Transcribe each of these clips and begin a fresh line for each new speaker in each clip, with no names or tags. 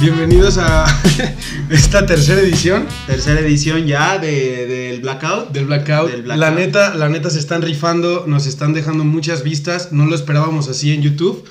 Bienvenidos a esta tercera edición
Tercera edición ya de- del Blackout.
del Blackout.
Del Blackout.
La neta, la neta se están rifando, nos están dejando muchas vistas, no lo esperábamos así en YouTube,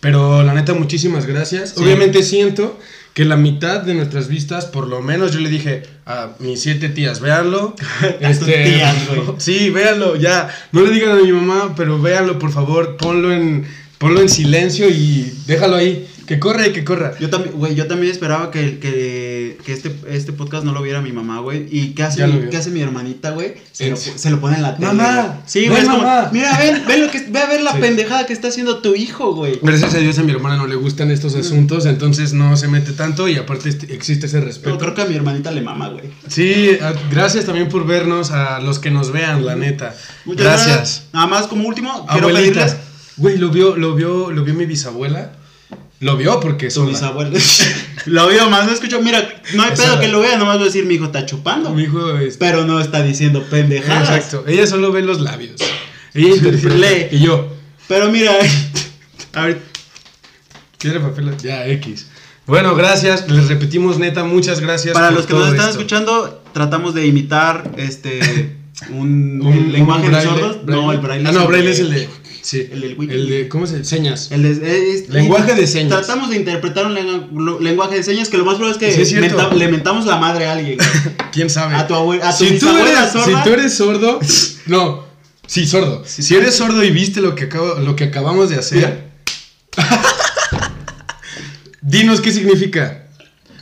pero la neta muchísimas gracias.
Sí.
Obviamente siento que la mitad de nuestras vistas, por lo menos yo le dije a mis siete tías, véanlo. Este,
tías, güey.
Sí, véanlo, ya. No le digan a mi mamá, pero véanlo, por favor, ponlo en, ponlo en silencio y déjalo ahí. Que corre, que corra.
Yo también, güey, yo también esperaba que, que, que este, este podcast no lo viera mi mamá, güey. ¿Y qué hace,
Ya lo
mi,
vio.
qué hace mi hermanita, güey? Se,
En
lo,
sí.
se lo pone en la tele.
Mamá,
güey. Sí,
ven,
güey, es como,
mamá.
mira, ven, ven lo que, ve a ver la
Sí.
pendejada que está haciendo tu hijo, güey.
Gracias a Dios a mi hermana no le gustan
Mm.
estos asuntos, entonces no se mete tanto y aparte este- existe ese
Pero
respeto.
creo que a mi hermanita le mama, güey.
Sí, a- gracias también por vernos a los que nos vean, la neta.
Mm. Muchas
gracias.
Nada más como último, quiero
Abuelitas.
pedirles
Güey, lo vio, lo vio, lo vio mi bisabuela. Lo vio porque
Son
sola.
mis abuelos. lo veo más, no escucho, mira, no hay
Es
pedo
hora.
que lo vea, nomás voy a decir, mi hijo está chupando.
Mi hijo es-
Pero no está diciendo pendejadas.
Exacto. Ella solo ve los labios. Ella interpreta.
Lee.
y yo.
Pero mira, a ver,
Piedra, papel, ya, X. Bueno, gracias. Les repetimos, neta, muchas gracias.
Para
por
los que nos
todo
están
esto.
escuchando, tratamos de imitar este un,
Un-
el lenguaje
un
de
braille,
sordos. No, el braille.
Ah,
es
no, braille es el de. Sí.
el del wiki. Eh,
El de. ¿Cómo se Señas.
el de- es-
Lenguaje de señas.
Tratamos de interpretar un lengu- lo- lenguaje de señas que lo más probable es
Sí,
que
es cierto.
menta- le mentamos la madre a alguien.
¿Quién sabe?
A tu abue- a tu
si tú
bisabuela
eres,
sorda.
Si tú eres sordo. No. Sí, sordo. Si eres sordo y viste lo que, acabo- lo que acabamos de hacer. dinos qué significa.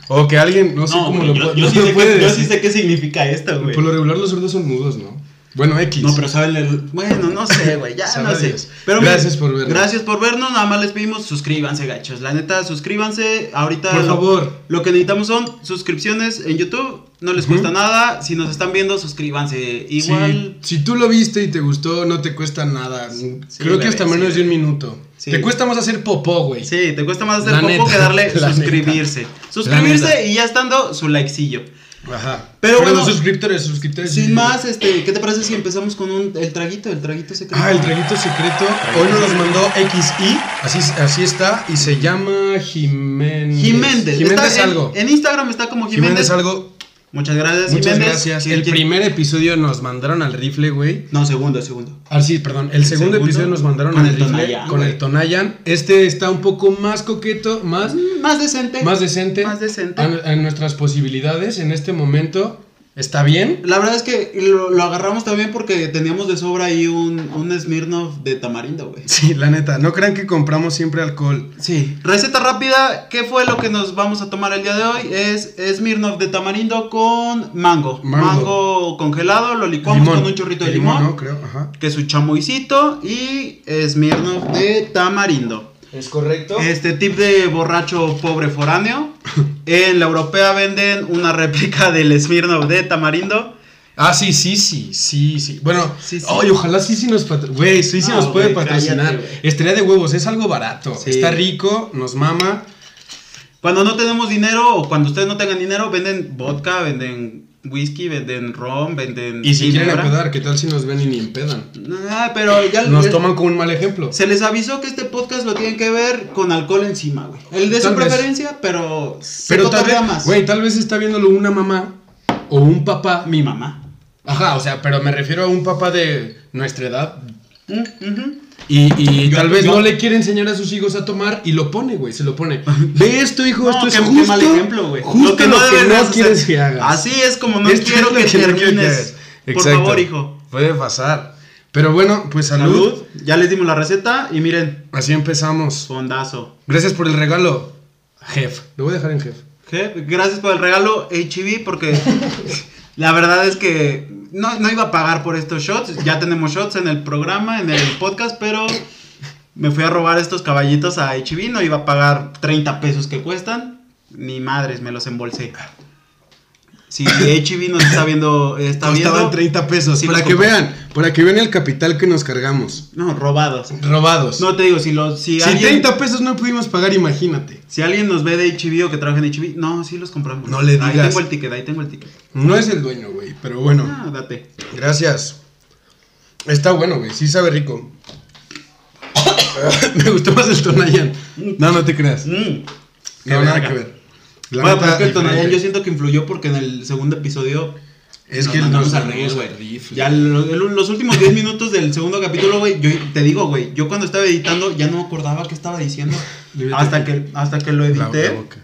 O que alguien. No sé
No,
cómo
güey,
lo
yo,
puede-
yo
no
sí
lo
sé
puede
qué, yo sí
decir.
sé qué significa esto, güey.
Por lo regular, los sordos son mudos, ¿no? Bueno, X.
No, pero saben el... Bueno, no sé, güey, ya
Sabrá
no sé.
Dios.
Pero
Gracias por vernos.
Gracias por vernos, nada más les pedimos suscríbanse, gachos. La neta, suscríbanse. Ahorita
Por
lo-
favor.
Lo que necesitamos son suscripciones en YouTube, no les cuesta
Ujú.
nada. Si nos están viendo, suscríbanse.
Si-
Igual
Si, tú lo viste y te gustó, no te cuesta nada. Creo que
bebé,
hasta
sí,
menos de un
bebé.
minuto.
Sí.
Te cuesta más hacer popó, güey.
Sí, te cuesta más hacer
La
poco
neta,
que darle
la
suscribirse.
neta.
Suscribirse y ya estando su likecillo.
Ajá.
Pero bueno,
los suscriptores, suscriptores.
Sin más, este, ¿qué te parece si empezamos con un, el traguito, el traguito secreto?
Ah, el traguito secreto. Hoy nos los mandó XI. Así, así está. Y se llama Jiménez.
Jiménez.
Jiménez
Está en-
algo.
En, Instagram está como
Jiménez,
Jiménez.
algo.
Muchas gracias,
Muchas
Jiménez.
gracias.
¿Quién-
El
quién-
primer episodio nos mandaron al rifle, güey.
No, segundo, segundo.
Ah, sí, perdón. El segundo,
segundo?
episodio nos mandaron
Con
al
el
rifle
Tonayan,
con el
güey.
Tonayan. Este está un poco más coqueto, más,
Mm, Más decente.
más decente.
Más decente.
A, a nuestras posibilidades en este momento. Está bien.
La verdad es que lo, lo agarramos también porque teníamos de sobra ahí un, un Smirnoff de tamarindo, güey.
Sí, la neta. No crean que compramos siempre alcohol.
Sí. Receta rápida, ¿qué fue lo que nos vamos a tomar el día de hoy? Es Smirnoff de tamarindo con mango.
Mango.
Mango, congelado, lo licuamos con un chorrito de limón,
¿no? Creo, ajá.
que es su chamoycito y Smirnoff de tamarindo.
Es correcto.
Este tip de borracho pobre foráneo. En la europea venden una réplica del Smirnoff de tamarindo.
Ah, sí, sí, sí, sí, sí. Bueno,
Sí, sí.
ay, ojalá sí, sí nos patrocine. Güey, sí, sí
No,
nos puede
güey,
patrocinar.
cállate, güey.
Estaría de huevos, es algo barato.
Sí.
Está rico, nos mama.
Cuando no tenemos dinero o cuando ustedes no tengan dinero, venden vodka, venden whisky, venden ron, venden.
Y si quieren
ginebra.
empedar, ¿qué tal si nos ven y ni empedan?
Ah, pero ya
Nos
ya-
toman como un mal ejemplo.
Se les avisó que este podcast lo tienen que ver con alcohol encima, güey. El de
Tal
su
vez.
preferencia, pero. se
Pero tal
cotorrea
vez,
más.
güey, tal vez está viéndolo una mamá o un papá.
Mi mamá.
Ajá, o sea, pero me refiero a un papá de nuestra edad.
Mm, ujú.
Y, y
Yo-
tal vez
yo-
no le quiere enseñar a sus hijos a tomar y lo pone, güey, se lo pone. Ve esto, hijo,
No,
esto es
qué- qué
justo,
mal ejemplo, güey.
Justo lo que no,
deberías hacer.
quieres que hagas.
Así es como no
Esto
quiero
es lo
que,
no quiero que
termines.
hagas.
Por
Exacto.
favor, hijo.
Puede pasar. Pero bueno, pues salud.
Salud. Ya les dimos la receta y miren,
Así empezamos.
fondazo.
Gracias por el regalo, Jef. Lo voy a dejar en Jef.
Jef, Gracias por el regalo, HB, porque la verdad es que no, no iba a pagar por estos shots. Ya tenemos shots en el programa, en el podcast, pero me fui a robar estos caballitos a HB. No iba a pagar 30 pesos que cuestan. Ni madres, me los embolsé. Si HB nos está viendo, está viendo.
Costaban 30 pesos.
Sí,
para
los
que
compré.
vean, para que vean el capital que nos cargamos.
No, robados.
Robados.
No te digo, si los. Si,
si
alguien,
30 pesos no pudimos pagar, imagínate.
si alguien nos ve de HB o que trabaja en HB, no, sí los compramos.
No le
Ahí
digas.
tengo el ticket, ahí tengo el ticket.
No es el dueño, güey, pero bueno.
Ah, date.
Gracias. Está bueno, güey. Sí sabe rico. Me gustó más el Tonayan. No, no te creas.
Mm.
No,
Qué
nada
verga.
que ver. La
bueno,
neta,
pero es que el Tonayán
diferente.
yo siento que influyó porque en el segundo episodio
Es
nos
que
mandamos
nos
a
mandamos
reír,
a
güey.
reír, güey.
Ya lo- el- los últimos 10 minutos del segundo capítulo, güey, yo te digo, güey, yo cuando estaba editando ya no me acordaba qué estaba diciendo
Líbrate.
hasta que hasta que lo
La- la
edité.
boca.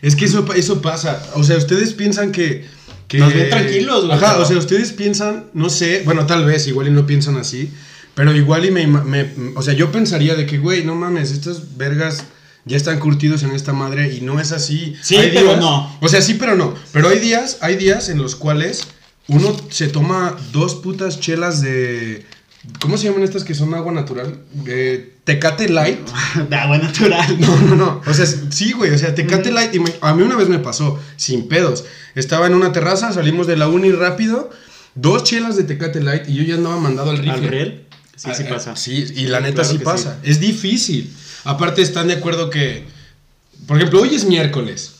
Es que eso, eso pasa. O sea, ustedes piensan que. que-
Nos ven tranquilos, güey.
Ajá, o sea, ustedes piensan, no sé, bueno, tal vez, igual y no piensan así. Pero igual y me. ima- me- o sea, yo pensaría de que, güey, no mames, estas vergas ya están curtidos en esta madre y no es así.
Sí, pero no.
O sea, sí, pero no. Pero hay días, hay días en los cuales uno se toma dos putas chelas de. ¿Cómo se llaman estas que son agua natural? Eh, tecate light.
De agua Ah, natural.
No, no, no. O sea, sí, güey. O sea, Tecate Light. y me- a mí una vez me pasó, sin pedos. Estaba en una terraza, salimos de la uni rápido. Dos chelas de Tecate Light y yo ya andaba mandado al rifle.
¿Al real? Sí,
Ah,
sí
eh,
pasa.
Sí, y la neta
claro
sí
que
pasa. Es difícil. Aparte, están de acuerdo que. Por ejemplo, hoy es miércoles.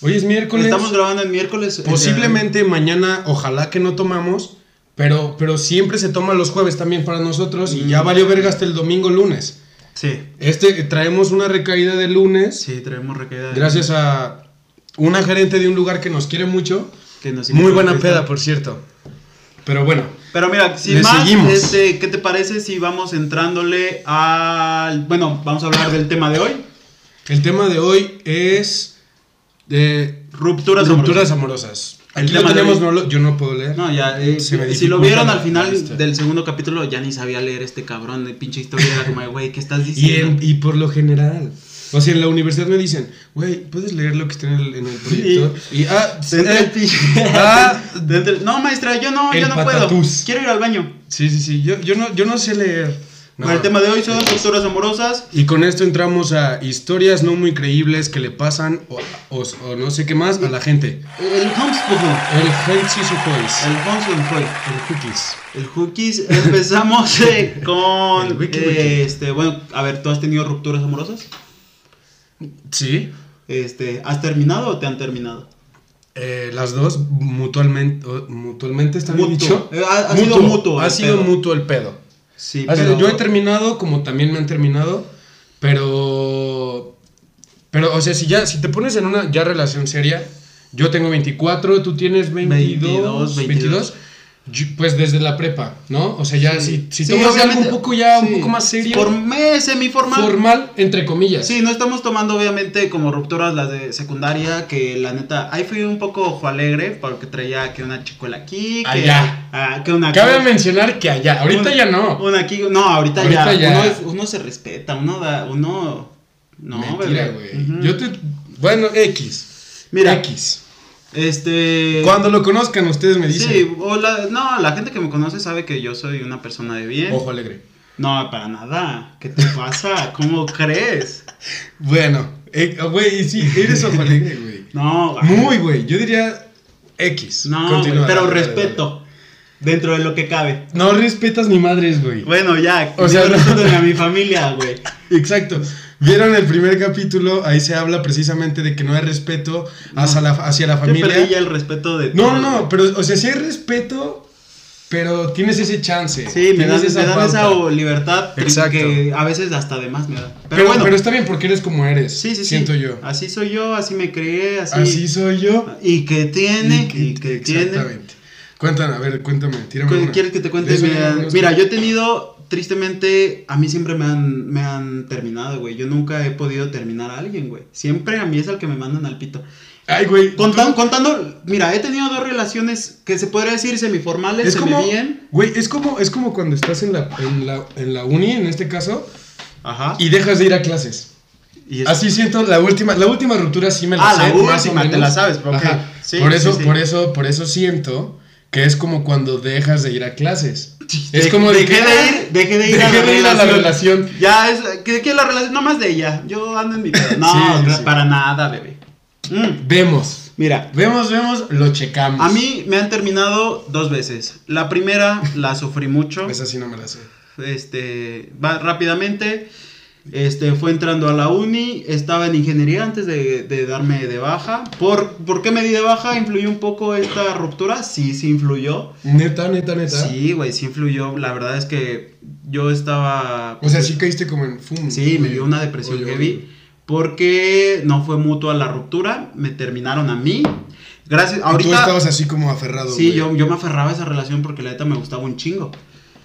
Hoy es miércoles.
Estamos grabando el miércoles. eh, el día de hoy.
Posiblemente mañana, ojalá que no tomamos. Pero, pero siempre se toma los jueves también para nosotros. Y
Mm.
ya valió verga hasta el domingo lunes.
Sí.
Este, eh, traemos una recaída de lunes.
Sí, traemos recaída. de-
Gracias a una gerente de un lugar que nos quiere mucho.
que nos
Muy
invitó
buena
a
peda, por cierto. Pero bueno,
Pero mira, sin
Le
más,
seguimos.
este, ¿qué te parece si vamos entrándole al. Bueno, vamos a hablar del tema de hoy:
el tema de hoy es de
rupturas.
rupturas amorosas.
El
Aquí lo
tema de
tenemos,
hoy-
no lo- yo no puedo leer.
No, ya. eh,
Se me
si lo
dificulta
vieron
la
al final
lista.
del segundo capítulo, ya ni sabía leer este cabrón de pinche historia. Era como, güey, ¿qué estás
y, en-
diciendo?
y por lo general. O sea, en la universidad me dicen, güey, ¿puedes leer lo que está en el, en el proyecto? Y, ah,
Te entra el
eh,
pinche-
ah,
te entra el- No, maestra, yo no,
El
yo no
patatús.
puedo. Quiero ir al baño.
sí, sí, sí, yo, yo, no, yo no sé leer. No.
Bueno, el tema de hoy son rupturas amorosas.
Y con esto entramos a historias no muy creíbles que le pasan o, o- o no sé qué más a la gente.
El pues homeschool.
El Fancy Supplies.
El homeschool fue.
El Cookies.
El hookies, empezamos eh, con.
El wiki,
eh,
wiki.
Este, bueno, a ver, ¿tú has tenido rupturas amorosas?
Sí.
Este, ¿Has terminado o te han terminado?
eh, las dos mutualmente, o- mutualmente están bien
Mutuo.
dicho.
Eh, ha- ha sido mutuo
Ha
el
sido
pedo.
mutuo el pedo.
Sí,
Ha sido- yo he terminado como también me han terminado, pero pero o sea, si ya si te pones en una ya relación seria, yo tengo 24, tú tienes 22, 22,
22, 22.
yo- pues desde la prepa, ¿no? O sea, ya si, si
Sí,
tomas algo
obviamente,
un poco ya un
sí.
poco más serio,
Formé semiformal.
formal entre comillas.
Sí, no estamos tomando obviamente como rupturas las de secundaria, que la neta, ahí fui un poco ojo alegre, porque traía que una chicuela aquí, que,
Allá.
ah, que una
Cabe mencionar que allá, ahorita
una-
ya no.
Una aquí, no, ahorita,
Ahorita
ya,
ya.
Uno, es- uno se respeta, uno da, uno, no,
Mentira,
bebé.
güey.
Ujú.
Yo te bueno, X.
Mira.
X.
Este.
Cuando lo conozcan ustedes me dicen.
Sí, o la- no, la gente que me conoce sabe que yo soy una persona de bien.
Ojo alegre.
No, para nada. ¿Qué te pasa? ¿Cómo crees?
Bueno, eh, güey, y sí, eres ojo alegre, güey.
No, ay,
Muy, güey. Yo diría X.
no,
Continúa,
güey, pero
dale, dale,
respeto dentro de lo que cabe.
dale. No respetas ni madres, güey.
Bueno, ya,
O
o
sea,
sea,
no.
a mi familia, güey.
Exacto. Vieron el primer capítulo, ahí se habla precisamente de que no hay respeto hacia, la, hacia la
Yo perdí
familia.
ya el respeto de
No,
todos,
no, no,
güey.
pero, o sea, sí hay respeto, pero tienes ese chance.
Sí, me
tienes
dan, me dan
pauta.
esa o, libertad tri-
Exacto.
que a veces hasta de más me da. Pero,
Pero,
bueno,
pero está bien porque eres como eres.
sí, Ah, sí, sí.
Siento yo.
Así soy yo, así me creé, así.
Así soy yo.
Y que Ah, tiene, y que tiene.
Exactamente. Cuéntame, a ver, cuéntame, tírame
¿Qué
una.
¿Quieres que te cuente?
De eso
mi-
ya no me
mira,
gusta.
yo he tenido, tristemente, a mí siempre me han, me han terminado, güey. Yo nunca he podido terminar a alguien, güey. Siempre a mí es al que me mandan al pito.
Ay, güey.
Contan- contando, mira, he tenido dos relaciones que se podría decir semiformales,
Es
se me
como,
bien.
güey, es como, es como cuando estás en la, en, la, en la uni, en este caso,
Ajá.
y dejas de ir a clases.
Y es-
Así siento, la última, la última ruptura sí me la
Ah,
sé.
la
más o
última, te
menos.
la sabes, ok.
Ajá.
Sí,
por
sí,
eso,
sí.
por eso, por eso siento que es como cuando dejas de ir a clases. Es
de-
como de
dejé
que,
de ir, dejé de ir, a,
dejé
la
de ir a la relación.
Ya es, que, que la relación, no más de ella. Yo ando en mi pedo. No,
Sí, sí, sí.
para nada, bebé. Mm,
Vemos,
mira,
vemos, vemos, lo checamos.
A mí me han terminado dos veces. La primera la sufrí mucho.
Esa sí no me la sé.
Este, va rápidamente. Este, fue entrando a la uni, estaba en ingeniería antes de, de darme de baja. ¿Por, ¿Por qué me di de baja? ¿Influyó un poco esta ruptura? Sí, sí influyó.
Neta, neta, neta.
Sí, güey, sí influyó. La verdad es que yo estaba...
O sea, sí caíste como en fum.
Sí, me dio una depresión
Oye,
heavy.
oye.
porque no fue mutua la ruptura, me terminaron a mí. Gracias,
Y
ahorita...
Tú estabas así como aferrado.
Sí,
güey.
yo, yo me aferraba a esa relación porque la neta me gustaba un chingo.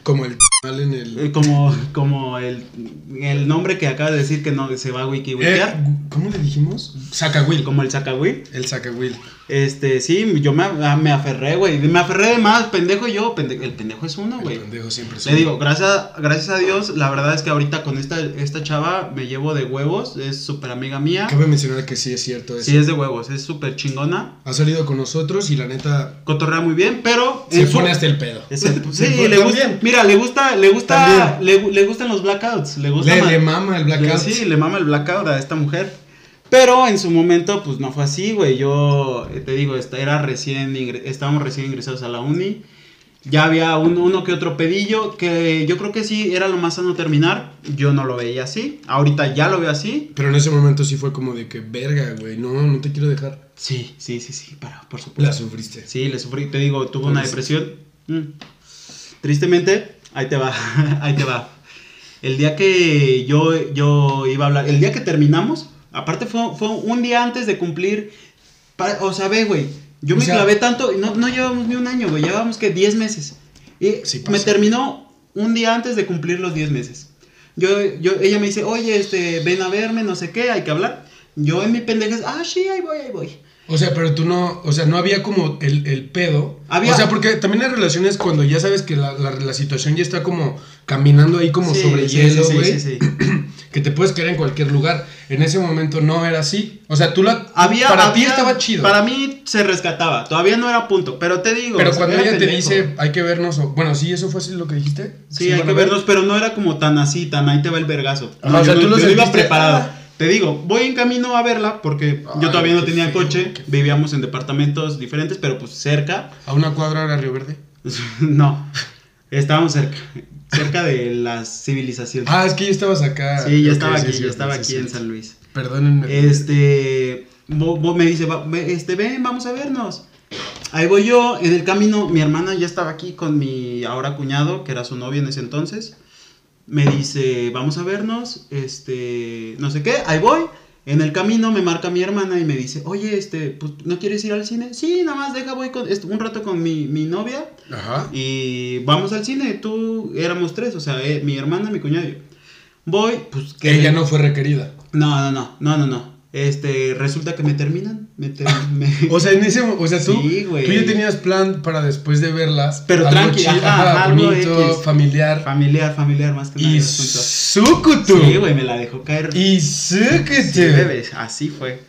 Como el mal en el.
Eh, Como, como el, el nombre que acaba de decir que no se va a wiki
Eh, ¿Cómo le dijimos? Sacahuil.
como el Zacahuil.
El Sacahuil.
Este, sí, yo me, a- me aferré, güey. Me aferré de más, pendejo yo. pende- el pendejo es uno,
El
güey.
pendejo siempre es
Le
uno.
digo, gracias, gracias a Dios, la verdad es que ahorita con esta, esta chava me llevo de huevos. Es súper amiga mía.
Cabe mencionar que sí es cierto eso.
Sí, es de huevos, es súper chingona.
Ha salido con nosotros y la neta.
Cotorrea muy bien, pero.
Se este
en su-
pone hasta el pedo.
es el-
Se
pues, sí,
pone-
le gusta.
también.
Mira, le gusta, le gusta,
También.
le, gu- le gustan los blackouts. Le gusta
Le,
ma-
le mama el blackout.
Sí, le mama el blackout a esta mujer. Pero en su momento, pues no fue así, güey. Yo eh, te digo, esta- era recién ingre- estábamos recién ingresados a la uni. Ya había un- uno que otro pedillo que yo creo que sí era lo más sano terminar. Yo no lo veía así. Ahorita ya lo veo así.
Pero en ese momento sí fue como de que, verga, güey, no, no te quiero dejar.
Sí, sí, sí, sí, para, por supuesto.
La sufriste.
Sí, le sufrí, te digo, tuvo una
Pobrecito.
depresión. Mm. Tristemente, ahí te va, ahí te va. El día que yo, yo iba a hablar, el día que terminamos, aparte fue, fue un día antes de cumplir, para- o sea, ve, güey, yo
O
me
sea-
clavé tanto, y no, no llevamos ni un año, güey, llevábamos que 10 meses. Y
Sí pasa.
me terminó un día antes de cumplir los 10 meses. Yo, yo, ella me dice, oye, este, ven a verme, no sé qué, hay que hablar. Yo en mi pendeja, ah, sí, ahí voy, ahí voy.
O sea, pero tú no, o sea, no había como el, el pedo.
Había-
O sea, porque también hay relaciones cuando ya sabes que la, la, la situación ya está como caminando ahí como
Sí,
sobre
sí,
hielo,
sí, sí,
güey.
sí, sí.
Que te puedes quedar en cualquier lugar. En ese momento no era así. O sea, tú la.
Había,
para ti
había-
estaba chido.
Para mí se rescataba. Todavía no era punto, pero te digo.
pero
o sea,
cuando
era
ella te
pendejo.
dice, hay que vernos. o- bueno, sí, eso fue así lo que dijiste.
Sí,
van
hay que
a ver.
vernos, pero no era como tan así, tan ahí te va el vergazo.
Ajá,
No,
o sea,
yo
tú
no-
lo
yo no iba
sentiste,
preparado.
ah.
Te digo, voy en camino a verla porque
Ay,
yo todavía no
qué
tenía
feo,
coche.
qué feo.
Vivíamos en departamentos diferentes, pero pues cerca.
A una cuadra era Río Verde.
no, estábamos cerca. Cerca de la civilización.
Ah, es que ya estabas acá.
sí, ya
Ok,
estaba
sí,
aquí,
sí,
ya
sí,
estaba
sí,
aquí
sí.
en San Eh, Luis.
Perdónenme.
Este, Bo, Bo me dice, "Va- ve- este, ven, vamos a vernos. Ahí voy yo, en el camino, mi hermana ya estaba aquí con mi ahora cuñado, que era su novio en ese entonces. Me dice, vamos a vernos, este, no sé qué, ahí voy. En el camino me marca mi hermana y me dice, oye, este, pues, ¿no quieres ir al cine? Sí, nada más, deja, voy con, est- un rato con mi, mi novia
Ajá.
y vamos al cine. Tú, éramos tres, o sea, eh, mi hermana, mi cuñado y yo. Voy, pues,
Que ella no fue requerida.
no, no, no, no, no, no. Este, resulta que me terminan. Me ter- me-
O sea, en ese, mo- o sea, tú,
Sí, güey.
tú ya tenías plan para después de verlas.
Pero tranqui,
chido,
ajá, ajá, algo
bonito,
X.
familiar.
familiar, familiar, más que nada.
Y
el asunto.
sucutu.
Sí, güey, me la dejó caer.
Y
Sí,
sucutu.
bebes, así fue.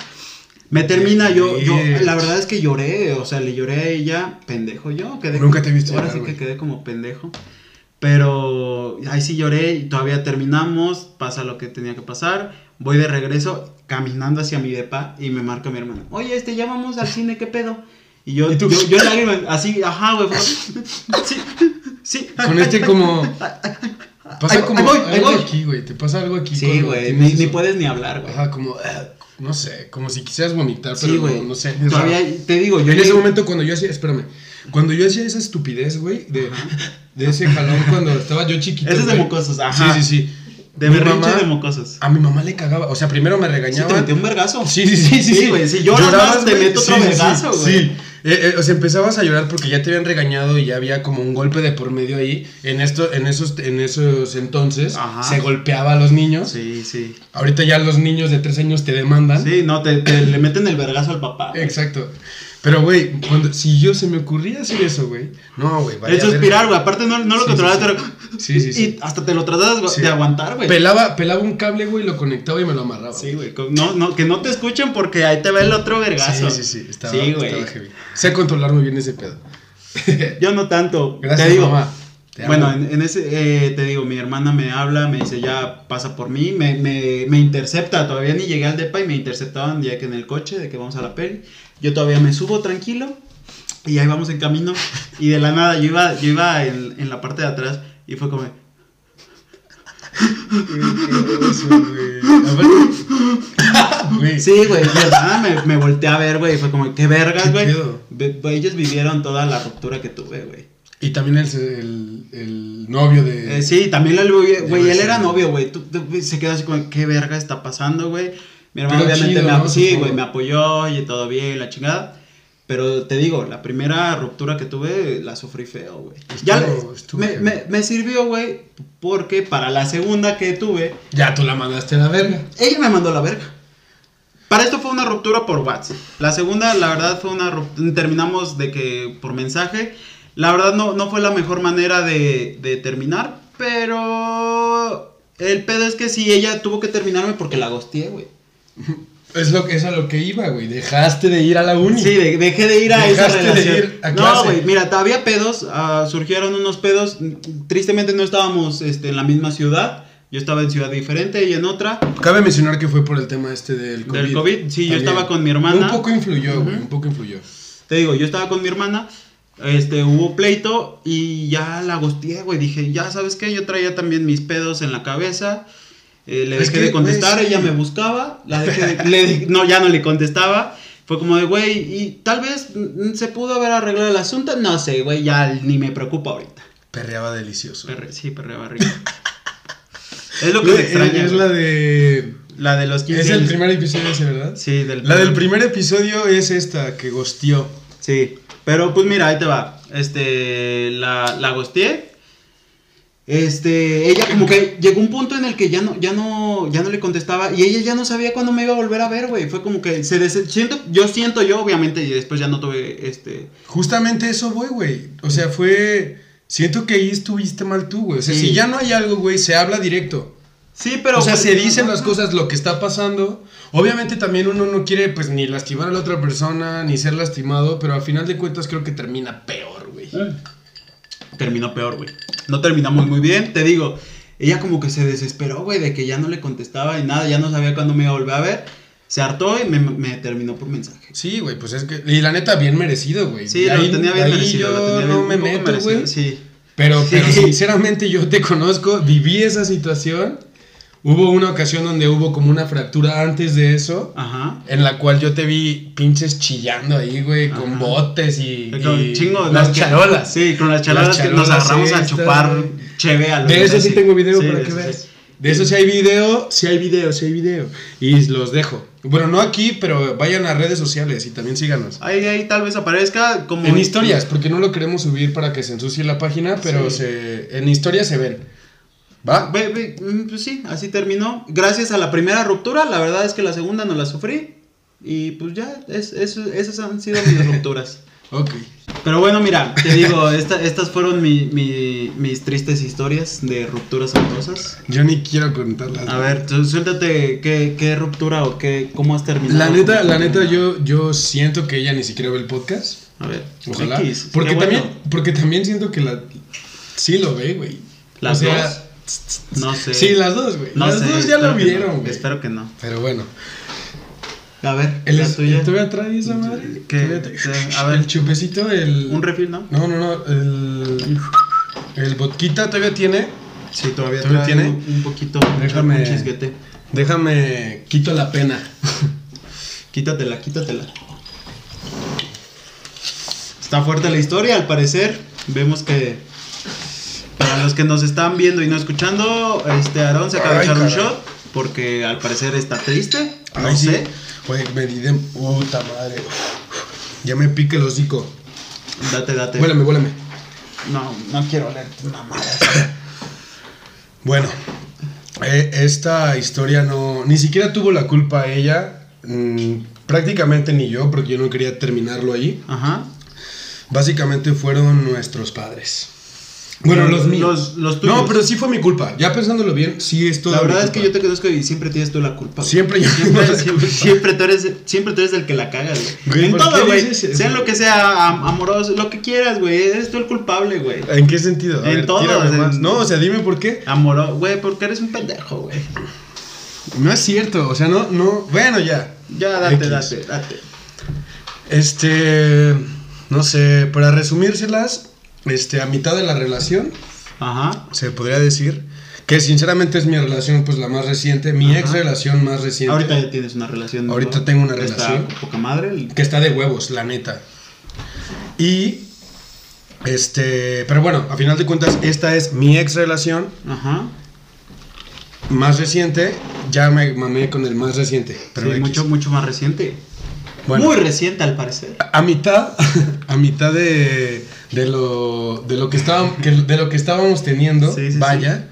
Me termina, yo, yo,
Bitch.
la verdad es que lloré, o sea, le lloré a ella, pendejo yo, quedé
Nunca te he visto
Ahora
llorar,
sí que
güey.
quedé como pendejo. Pero ahí sí lloré y todavía terminamos, pasa lo que tenía que pasar, voy de regreso caminando hacia mi depa y me marca mi hermana. Oye, este, ya vamos al cine, ¿qué pedo? Y yo,
¿Y tú?
yo, yo en lágrimas, así, ajá, güey, fue- sí, sí.
Con este como.
Ahí
Pasa
voy,
como
ahí voy, ahí
algo
voy.
aquí, güey. Te pasa algo aquí.
Sí,
cuando
güey,
tienes
ni, ni
eso.
puedes ni hablar, güey.
Ajá, como. ah, No sé, como si quisieras vomitar, pero
Sí,
no-
güey.
no, sé. es
Todavía,
raro.
te digo, yo
en ese
llegué-
momento cuando yo hacía, espérame, cuando yo hacía esa estupidez, güey, de, de ese jalón cuando estaba yo chiquito.
Ese es de
güey.
mocosos, ajá.
Sí, sí, sí.
De
Mi
berrinche
mamá-
de mocosos.
A mi mamá le cagaba, o sea, primero me
Sí,
regañaba.
te metí un vergazo.
Sí, sí, sí, sí.
Sí, güey, si lloras más, te
güey.
meto otro vergazo,
sí,
güey.
Sí. Eh, eh, o sea, empezabas a llorar porque ya te habían regañado y ya había como un golpe de por medio ahí. En esto, en esos, en esos entonces
Ajá.
se golpeaba a los niños.
Sí, sí.
Ahorita ya los niños de tres años te demandan.
Sí, no, te, te- le meten el vergazo al papá. güey.
Exacto. Pero, güey, cuando, si yo se me ocurría hacer eso, güey. No, güey, valía
El
verga.
suspirar, güey. Aparte, no, no lo
Sí,
controlabas,
sí,
pero.
sí. Sí, sí, sí.
Y hasta te lo tratabas güey,
Sí.
de aguantar, güey.
Pelaba, pelaba un cable, güey, lo conectaba y me lo amarraba.
Sí, güey. con- No, no, que no te escuchen porque ahí te va el otro vergazo.
sí, sí, sí. Estaba,
Sí, güey.
estaba heavy. Sé controlar muy bien ese pedo.
Yo no tanto.
Gracias,
te digo.
mamá. Te amo.
bueno, en, en ese, eh, te digo, mi hermana me habla, me dice, ya pasa por mí, me, me, me intercepta, todavía ni llegué al depa y me interceptaban ya que en el coche, de que vamos a la peli, yo todavía me subo tranquilo y ahí vamos en camino y de la nada yo iba, yo iba en, en la parte de atrás y fue como,
Güey.
sí, güey, de la nada me, me volteé a ver, güey, y fue como, qué vergas,
Qué
güey.
pedo.
Ve- güey, Ellos vivieron toda la ruptura que tuve, güey.
Y también el, el, el novio de.
Eh, sí, también el güey, güey,
Debe
él
ser.
era novio, güey. Tú- tú- Se quedó así como, ¿qué verga está pasando, güey? Mi hermano
Pero
obviamente
chido,
me,
¿no?
apo- sí,
Supongo.
güey, me apoyó y todo bien, la chingada. Pero te digo, la primera ruptura que tuve la sufrí feo, güey. Ya
Estuvo-
le-
estuvo
me,
heavy.
me- me sirvió, güey, porque para la segunda que tuve,
Ya tú la mandaste a la verga.
ella me mandó a la verga. Para esto fue una ruptura por WhatsApp. La segunda, la verdad, fue una ruptura. Terminamos de que por mensaje. La verdad, no, no fue la mejor manera de, de terminar. Pero el pedo es que sí, ella tuvo que terminarme porque la gosteé, güey.
Es, lo, que- es a lo que iba, güey. Dejaste de ir a la uni.
Sí, de- dejé de ir a esa
Dejaste de
relación.
ir a
no,
clase.
güey, mira, había pedos, ah, surgieron unos pedos. Tristemente no estábamos este, en la misma ciudad. Yo estaba en ciudad diferente y en otra.
Cabe mencionar que fue por el tema este del COVID.
Del COVID, sí, yo
También.
estaba con mi hermana.
Un poco influyó, güey.
Ujú.
Un poco influyó.
Te digo, yo estaba con mi hermana, este, hubo pleito y ya la gosteé, güey. Dije, ya sabes qué, yo traía también mis pedos en la cabeza. eh, le
Es
dejé
que,
de contestar,
güey, sí.
ella me buscaba, la dejé de- le de- no, ya no le contestaba. Fue como de, güey, y tal vez mm, se pudo haber arreglado el asunto, no sé, güey, ya ni me preocupa ahorita.
Perreaba delicioso.
Perre- sí, perrea barriga. es lo que
Güey,
se extraña.
es
güey.
la de.
La de los 15
Es el
años.
primer episodio ese, ¿verdad?
Sí, del
La del primer episodio es esta que gosteó.
Sí, pero pues mira, ahí te va. Este, la, la gosteé. Este, ella como que llegó un punto en el que ya no, ya no, ya no le contestaba y ella ya no sabía cuándo me iba a volver a ver, güey. Fue como que se dese- siento, yo siento yo, obviamente, y después ya no tuve, este,
Justamente eso, voy, güey. O sea, fue. Siento que ahí estuviste mal tú, güey. O sea,
Sí.
si ya no hay algo, güey, se habla directo.
sí, pero. pues,
o sea, se dicen
Ajá.
las cosas, lo que está pasando. Obviamente también uno no quiere, pues, ni lastimar a la otra persona, ni ser lastimado, pero al final de cuentas creo que termina peor, güey.
Terminó peor, güey. No terminamos muy bien, te digo. Ella como que se desesperó, güey, de que ya no le contestaba y nada, ya no sabía cuándo me iba a volver a ver. Se hartó y me, me terminó por mensaje.
Sí, güey, pues es que. Y la neta, bien merecido, güey.
Sí,
De
lo
ahí-
tenía bien
ahí
merecido.
Yo
lo tenía
no
bien-
me
un poco
meto,
merecido,
güey.
Sí.
Pero,
Sí.
pero sinceramente yo te conozco, viví esa situación. Hubo una ocasión donde hubo como una fractura antes de eso,
Ajá.
en la cual yo te vi pinches chillando ahí, güey, con
Ajá.
botes y,
Con
y
chingo de
las
que-
charolas.
Sí, con las charolas,
Las
que nos
charolas
agarramos a
estas,
chupar
güey.
cheve a lo
De eso sí
imbécil.
tengo video
Sí,
para
de
que
eso
veas.
sí.
De eso sí hay video, sí hay video, sí hay video. Y los dejo. Bueno, no aquí, pero vayan a redes sociales y también síganos.
Ahí, ahí tal vez aparezca como.
En historias, porque no lo queremos subir para que se ensucie la página, pero
Sí.
se, en historias se ven. ¿Va?
Ve- ve, mm, pues sí, así terminó. Gracias a la primera ruptura, la verdad es que la segunda no la sufrí. Y pues ya, es, es- esas han sido mis rupturas.
Ok.
Pero bueno, mira, te digo, esta- estas fueron mi- mi- mis tristes historias de rupturas amorosas.
Yo ni quiero contarlas.
A ver, tú suéltate, ¿qué, qué ruptura o qué, cómo has terminado?
La neta,
¿Cómo
la
has
neta,
terminado?
yo, yo siento que ella ni siquiera ve el podcast.
A ver,
Ojalá.
X, qué
porque,
bueno.
también, porque también siento que la. Sí lo ve, güey.
¿Las
O sea,
No sé.
Sí, las dos, güey.
No
las
sé,
dos ya
espero
lo
que
vieron,
no,
güey.
Espero que no.
Pero bueno.
A ver,
El
la
es-
tuya.
¿Todavía trae esa madre?
¿Qué?
¿Todavía trae-
A ver.
El chupecito, el.
Un refil, ¿no?
No, no, no. El. El vodquita todavía tiene.
Sí, todavía
¿Todavía
trae
tiene?
un, un poquito.
Déjame-
Un chisguete.
Déjame. Quito la pena.
Quítatela, quítatela. Está fuerte la historia, al parecer. Vemos que. Para los que nos están viendo y no escuchando, este Aarón se acaba de
Ay,
echar un
caray.
shot. Porque al parecer está triste. No
Ay, sí.
sé.
Güey, me di de. Puta madre. Ya me pique el hocico.
Date, date.
Huélame, huélame.
No, no quiero leer una madre.
Bueno, eh, esta historia no. Ni siquiera tuvo la culpa ella. mm, prácticamente ni yo, porque yo no quería terminarlo ahí.
Ajá.
Básicamente fueron nuestros padres. Bueno,
Los-
los míos.
los- los tuyos.
no, pero sí fue mi culpa. Ya pensándolo bien, sí es todo.
La
mi
verdad es que
culpa.
yo te conozco y siempre tienes tú la culpa. güey.
Siempre yo
Siempre,
tengo la
siempre-
culpa.
siempre tú eres, siempre tú eres el que la cagas, güey.
Güey,
En
¿por
todo,
qué
güey.
dices eso?
Sea lo que sea, am- amoroso, lo que quieras, güey. Eres tú el culpable, güey.
¿En qué sentido? A
En
ver,
todo,
tírame
en-
más. No, o sea, dime por qué.
Amoroso, güey, porque eres un pendejo, güey.
No es cierto, o sea, no, no. Bueno, ya.
Ya, date,
X.
date, date.
Este, no sé, para resumírselas, este, a mitad de la relación,
Ajá.
se podría decir que sinceramente es mi relación, pues la más reciente, mi
Ajá.
ex relación más reciente.
Ahorita ya tienes una relación. ¿no?
Ahorita tengo una
Está
relación.
poca madre. el-
Que está de huevos, la neta. Y, este, pero bueno, a final de cuentas, esta es mi ex relación.
Ajá.
más reciente, ya me mamé con el más reciente. Pero
Sí,
X.
mucho, mucho más reciente.
Bueno.
Muy reciente al parecer.
A mitad, a mitad de, de lo, de, lo que estábamos, que- de lo que estábamos teniendo,
Sí, sí, sí.
vaya.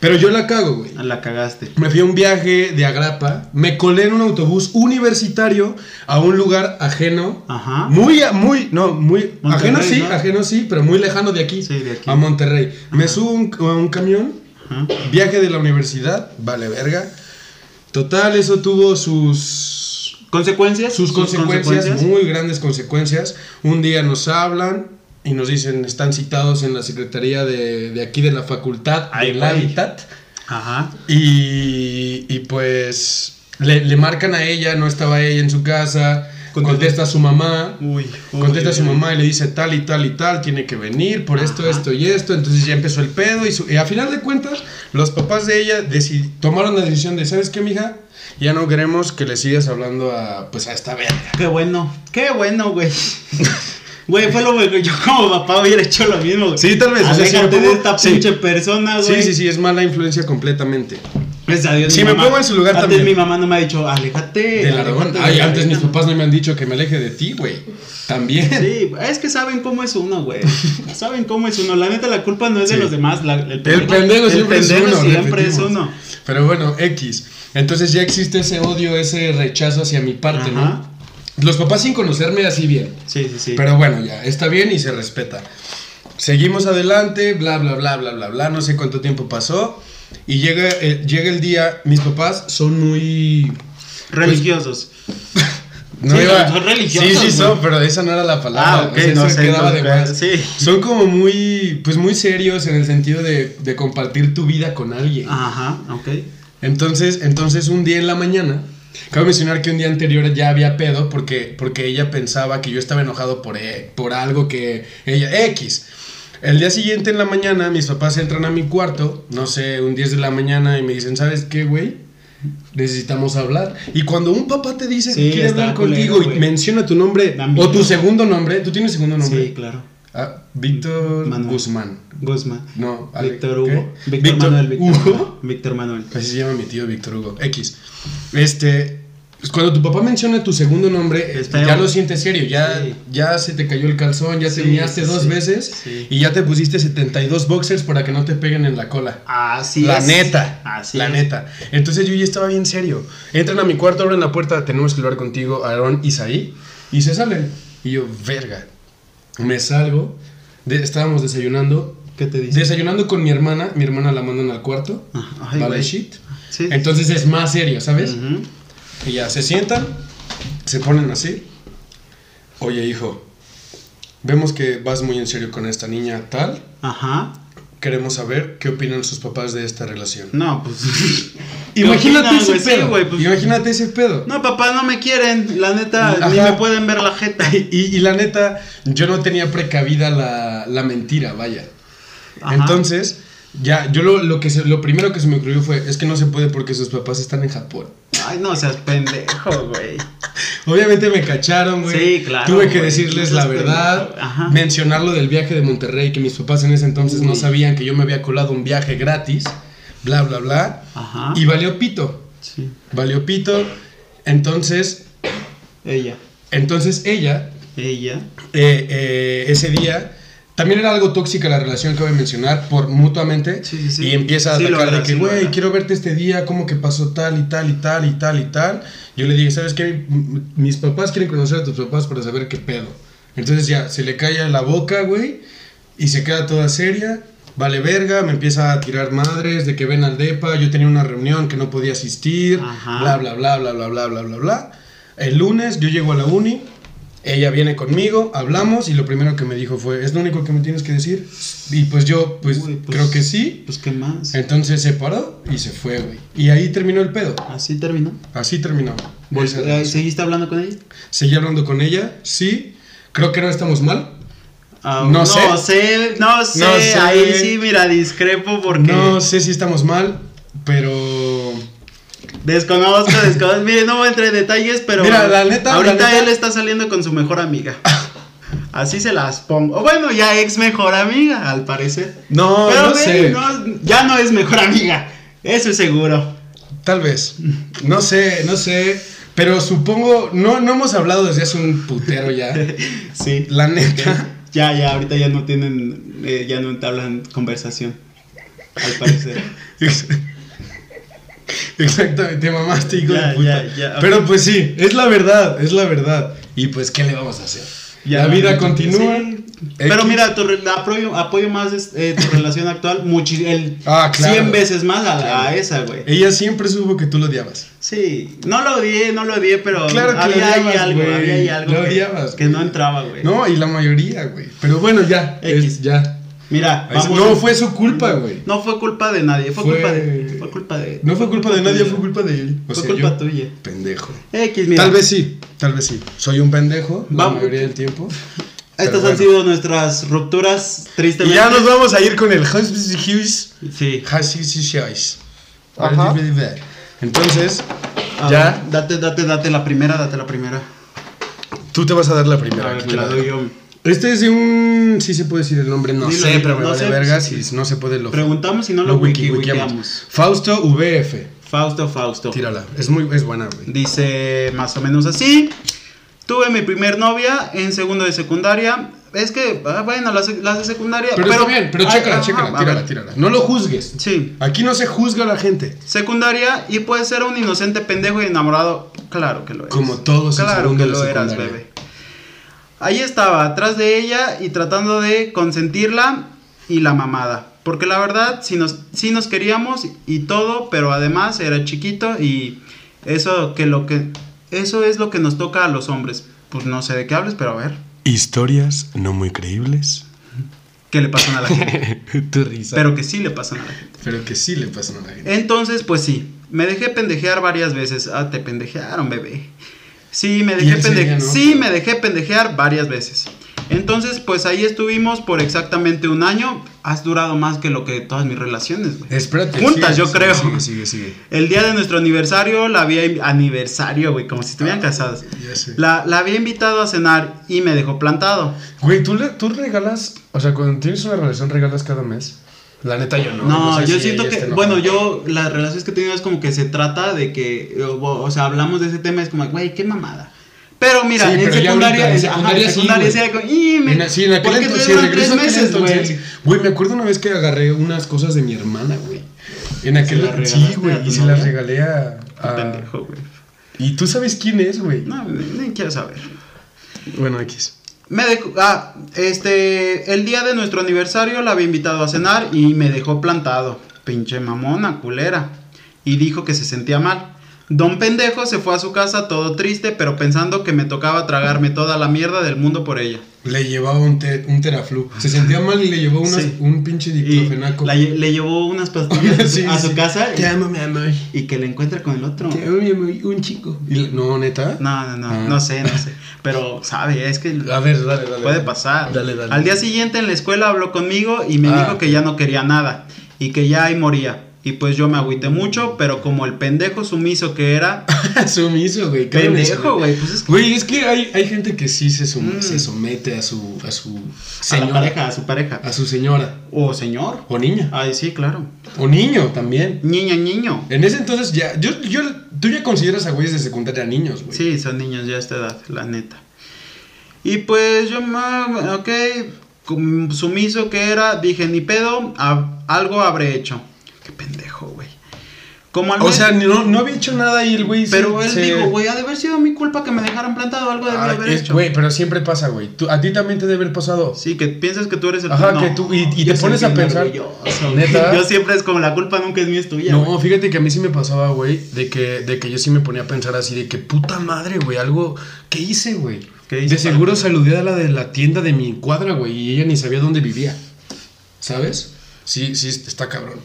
Pero yo la cago, güey.
La cagaste.
Me fui a un viaje de Agrapa, me colé en un autobús universitario a un lugar ajeno.
Ajá.
Muy, a- muy, no, muy.
Monterrey,
ajeno sí,
¿no?
ajeno sí, pero muy lejano de aquí.
Sí, de aquí.
A Monterrey. Me subo a un- a un camión,
Ajá.
viaje de la universidad, vale verga. Total, eso tuvo sus
¿Consecuencias?
sus consecuencias, muy grandes consecuencias. Un día nos hablan y nos dicen, están citados en la secretaría de, de aquí de la facultad
Ay,
del
güey.
hábitat.
Ajá.
Y, y pues le, le marcan a ella, no estaba ella en su casa.
Contesta.
Contesta a su mamá.
Uy. uy,
Contesta a su
uy.
mamá y le dice tal y tal y tal, tiene que venir por esto,
Ajá.
esto y esto. Entonces ya empezó el pedo y, su- y a final de cuentas los papás de ella deci- tomaron la decisión de, ¿sabes qué, mija? Ya no queremos que le sigas hablando a, pues, a esta verga.
Qué bueno. Qué bueno, güey. Güey, fue lo que yo como papá hubiera hecho lo mismo. güey.
Sí, tal vez, o sea, si
Aléjate
me pongo-
de esta
sí.
pinche persona,
Sí,
güey.
sí, sí, es mala influencia completamente.
Gracias a Dios,
Sí,
mi
me
mamá-
pongo en su lugar
antes
también.
mi mamá no me ha dicho, aléjate.
Del
aléjate
Aragón.
de
Ay,
la
antes mis
verga".
papás no me han dicho que me aleje de ti, güey. También.
Sí, es que saben cómo es uno, güey. Saben cómo es uno. La neta, la culpa no es de
Sí.
los demás. la- el
El
pendejo,
pendejo
el
siempre
pendejo
es uno.
siempre es
repetimos.
uno.
Pero bueno, X. Entonces ya existe ese odio, ese rechazo hacia mi parte,
Ajá.
¿no? Los papás sin conocerme así bien.
Sí, sí, sí.
Pero bueno, ya, está bien y se respeta. Seguimos adelante, bla, bla, bla, bla, bla, bla. No sé cuánto tiempo pasó. Y llega, eh, llega el día, mis papás son muy... pues,
Religiosos. Sí, son religiosos,
Sí, sí, son,
güey.
pero esa no era la palabra.
Ah, ok,
o sea,
no
eso
sé,
quedaba
no,
de
pero
más.
sí.
Son como muy, pues muy serios en el sentido de, de compartir tu vida con alguien.
Ajá, ok.
Entonces, entonces un día en la mañana, cabe mencionar que un día anterior ya había pedo porque, porque ella pensaba que yo estaba enojado por, e- por algo que ella, X. El día siguiente en la mañana, mis papás entran a mi cuarto, no sé, un 10 de la mañana, y me dicen, ¿sabes qué, güey? Necesitamos hablar. Y cuando un papá te dice
Sí,
que quiere
está
hablar
culero,
contigo y
güey.
menciona tu nombre
Da
o
miedo.
tu segundo nombre, ¿tú tienes segundo nombre?
Sí, claro.
Ah, Víctor
Manuel.
Guzmán.
Guzmán.
No, Ale-
Víctor
¿qué?
Hugo. Víctor,
Víctor
Manuel. Víctor
Hugo.
Manuel. Víctor Manuel.
Así se llama mi tío Víctor Hugo. X. Este. pues, Cuando tu papá menciona tu segundo nombre, eh,
Espera.
ya lo sientes serio, ya,
Sí.
ya se te cayó el calzón, ya
Sí,
te miaste
sí,
dos
sí,
veces
sí.
y ya te pusiste 72 boxers para que no te peguen en la cola.
Así
la
es.
neta,
Así
la
es.
neta. Entonces yo ya estaba bien serio. Entran a mi cuarto, abren la puerta, tenemos que hablar contigo, Aarón, Isaí, y se salen. Y yo, verga, me salgo, de- estábamos desayunando,
¿Qué te dice?
desayunando con mi hermana, mi hermana la mandan al cuarto,
Ajá, Ah, ay,
vale
güey.
shit.
Sí.
Entonces es más serio, ¿sabes?
Ujú.
Y ya se sientan, se ponen así. Oye, hijo, vemos que vas muy en serio con esta niña tal.
Ajá.
Queremos saber qué opinan sus papás de esta relación.
No, pues. ¿Qué
Imagínate
opinan,
ese
güey? Sí,
pedo.
güey, pues-
Imagínate ese pedo.
No, papá, no me quieren. La neta, ni
Ajá.
me pueden ver la jeta.
Y, y la neta, yo no tenía precavida la, la mentira, vaya.
Ajá.
Entonces, ya, yo lo, lo que se- lo primero que se me ocurrió fue, es que no se puede porque sus papás están en Japón.
Ay, no seas pendejo, güey.
Obviamente me cacharon, güey.
Sí, claro,
Tuve que
güey.
decirles
No
la
seas
verdad,
pendejo. Ajá.
mencionar lo del viaje de Monterrey, que mis papás en ese entonces no
Uy.
sabían que yo me había colado un viaje gratis, bla, bla, bla.
Ajá.
Y valió pito,
Sí.
valió pito. Entonces,
Ella.
entonces ella,
Ella.
eh, eh, ese día, también era algo tóxica la relación que voy a mencionar, por mutuamente,
Sí, sí, sí.
y empieza a
Sí, lo
atacar de
era,
que,
sí, lo
güey,
era".
quiero verte este día, cómo que pasó tal y tal y tal y tal y tal. Yo le dije, ¿sabes qué? M- m- Mis papás quieren conocer a tus papás para saber qué pedo. Entonces ya, se le calla la boca, güey, y se queda toda seria. Vale verga, me empieza a tirar madres de que ven al DEPA, yo tenía una reunión que no podía asistir,
Ajá.
bla, bla, bla, bla, bla, bla, bla, bla, bla. El lunes yo llego a la uni, ella viene conmigo, hablamos y lo primero que me dijo fue, ¿es lo único que me tienes que decir? Y pues yo, pues,
Uy, pues-
creo que sí.
Pues, ¿qué más?
Entonces se paró y se fue, güey. Y ahí terminó el pedo.
Así terminó.
Así terminó. Esa
Eh,
relación.
¿Seguiste hablando con ella?
Seguí hablando con ella, sí. Creo que no estamos mal.
Ah,
No
No
sé.
sé, no sé.
sé.
Ahí sí, mira, discrepo porque.
No sé si estamos mal, pero...
Desconozco, desconozco. Mire, no entre en detalles, pero.
Mira, la neta,
Ahorita
la neta-
él está saliendo con su mejor amiga. Así se las pongo. O Bueno, ya ex mejor amiga, al parecer.
No,
pero
no
ve,
sé.
no, ya no es mejor amiga. Eso es seguro.
Tal vez. No sé, no sé. Pero supongo, no, no hemos hablado desde hace un putero ya.
Sí.
La neta.
Ya, ya, ahorita ya no tienen, eh, ya no entablan conversación. Al parecer.
Exactamente, mamaste, hijo
Ya,
de puta.
ya, ya.
Pero pues sí, es la verdad, es la verdad. Y pues, ¿qué le vamos a hacer?
Ya,
la vida
sí.
continúa.
Pero
X.
mira, tu re- apoyo, apoyo más es- eh, tu relación actual, muchi- el
Ah, claro.
100 veces más a, la- a esa, güey.
Ella siempre supo que tú lo odiabas.
Sí, no lo odié, no lo odié, pero
Claro que lo
había, ahí
odiabas,
algo,
güey.
había ahí algo
Lo
que,
odiabas,
que
güey.
no entraba, güey.
No, y la mayoría, güey. Pero bueno, ya.
X.
es- ya.
Mira,
Ahí se-
vamos-
no fue su culpa, güey.
no fue culpa de nadie, fue,
Fue-
culpa de... Fue culpa de...
No fue culpa de nadie, fue culpa de él. O
Fue
sea,
culpa
yo,
tuya.
pendejo.
X, mira.
Tal vez sí, tal vez sí. Soy un pendejo la
Vamos.
mayoría del tiempo. pero
Estas han
bueno.
sido nuestras rupturas,
Y
tristemente.
ya nos vamos a ir con el Husband Hughes.
Sí.
Ah,
Ajá.
Entonces,
A
Ya.
ver, Date, date, date la primera, date la primera.
tú te vas a dar la primera.
A ver,
aquí
me la
la
doy
dejo.
yo.
Este es de un. Sí se puede decir el nombre, no
Dilo,
sé,
dilo,
pero me
no
vale
sé,
verga
sí.
si no se puede lo.
Preguntamos si no lo,
lo wiki,
wiki,
wikiamos.
wikiamos.
Fausto VF.
Fausto, Fausto.
Tírala. Es muy es buena, güey.
Dice más o menos así. Tuve mi primer novia en segundo de secundaria. Es que, ah, bueno, las, las de secundaria.
Pero, está bien, pero
ay,
chécala,
ah, ajá,
chécala,
a
tírala,
ver.
tírala. No lo juzgues.
Sí,
Aquí no se juzga a la gente.
secundaria y puedes ser un inocente pendejo y enamorado. Claro que lo eres.
Como todos en
Claro
segundo
que
de
lo eras,
secundaria.
bebé. Ahí estaba, atrás de ella y tratando de consentirla y la mamada. Porque la verdad, sí nos, sí nos queríamos y todo, pero además era chiquito y eso, que lo que, eso es lo que nos toca a los hombres. Pues no sé de qué hables, pero a ver,
Historias no muy creíbles.
¿qué le pasan a la gente?
tu risa. Pero,
pero que sí le pasan a la gente.
que sí le pasan a la gente.
Entonces, pues sí, me dejé pendejear varias veces. Ah, te pendejearon, bebé. Sí, me
Y
dejé
él seguía,
pendejear.
¿no?
Sí, me dejé pendejear varias veces. Entonces, pues ahí estuvimos por exactamente un año. Has durado más que lo que todas mis relaciones, güey.
Espérate.
Juntas,
sigue,
yo
sigue,
creo.
Sigue, sigue, sigue.
El día de nuestro aniversario, la había inv- aniversario, güey, como si estuvieran casadas.
Ah, Ya sé.
La, la había invitado a cenar y me dejó plantado.
Güey, ¿tú, le- tú regalas, o sea, cuando tienes una relación regalas cada mes. La neta yo este no.
No,
sé
yo
si
siento
ella
que,
esté
bueno,
enojada.
yo las relaciones que he tenido es como que se trata de que, o, o sea, hablamos de ese tema, es como, güey, qué mamada. Pero mira,
Sí,
en,
pero ya
secundaria,
ahorita, en
en, ajá,
secundaria
en
sí,
secundaria sí,
güey.
era como, "Y, me-
En, sí, en aquel
¿por qué
entonces,
te
sí,
duran
regreso
tres
a aquel
meses,
entonces,
güey?
Güey, me acuerdo una vez que agarré unas cosas de mi hermana, güey. En
se
aquel.
las
Sí,
regalaste a
güey,
tu
y se las
novia?
regalé a.
Ah,
a-
Pendejo, güey.
Y tú sabes quién es, güey.
No, ni, ni quiero saber.
Bueno, X.
Me dejó, ah, este, el día de nuestro aniversario la había invitado a cenar y me dejó plantado. Pinche mamona, culera. Y dijo que se sentía mal. Don pendejo se fue a su casa todo triste, pero pensando que me tocaba tragarme toda la mierda del mundo por ella.
Le llevaba un, te- un teraflu. Se sentía mal y le llevó unas-
Sí.
un pinche
Y
diclofenaco.
la lle- le llevó unas pastillas
Sí,
a su
sí.
casa
Te amo, mi amor.
y, y que le encuentra con el otro.
Te amo, mi amor. Un chico. Y la- no, neta.
No, no, no,
Ah.
no sé, no sé. Pero, sabe, es que
A ver, dale, dale.
Puede
dale.
pasar.
Dale, dale.
Al día siguiente en la escuela habló conmigo y me
Ah.
dijo que ya no quería nada y que ya ahí moría. Y pues yo me agüité mucho, pero como el pendejo sumiso que era,
Sumiso, güey. qué
pendejo, güey, pues es que
Güey, es que hay, hay gente que sí se, sum-
Mm.
se somete a su, a su
a la
señora.
pareja, a su pareja.
A su señora.
O señor.
O niña.
Ay, sí, claro.
O niño también.
Niño, niño.
En ese entonces ya. Yo, yo, tú ya consideras a güeyes de secundaria niños, güey.
Sí, son niños ya a esta edad, la neta. Y pues yo, ma- ok, com- sumiso que era, dije, ni pedo, a- algo habré hecho. Qué pendejo, güey. Como al
O
mes-
sea, no, no había hecho nada y el güey se-
Pero él
se-
digo, güey, ha de haber sido mi culpa que me dejaran plantado, algo debí
Ay,
haber
Ah, es-
hecho.
Güey, pero siempre pasa, güey. Tú- A ti también te debe haber pasado.
Sí, que piensas que tú eres el
Ajá,
no,
que tú- y- y
yo
te pones
soy
a
bien
pensar,
orgulloso.
¿neta?
Yo siempre es como la culpa nunca es mía, es tuya.
No,
güey.
fíjate que a mí sí me pasaba, güey, de que, de que yo sí me ponía a pensar así, de que puta madre, güey, algo, ¿qué hice, güey?
¿Qué
de
hice
seguro
para-
saludé a la de la tienda de mi cuadra, güey, y ella ni sabía dónde vivía, ¿sabes? Sí, sí, está cabrón.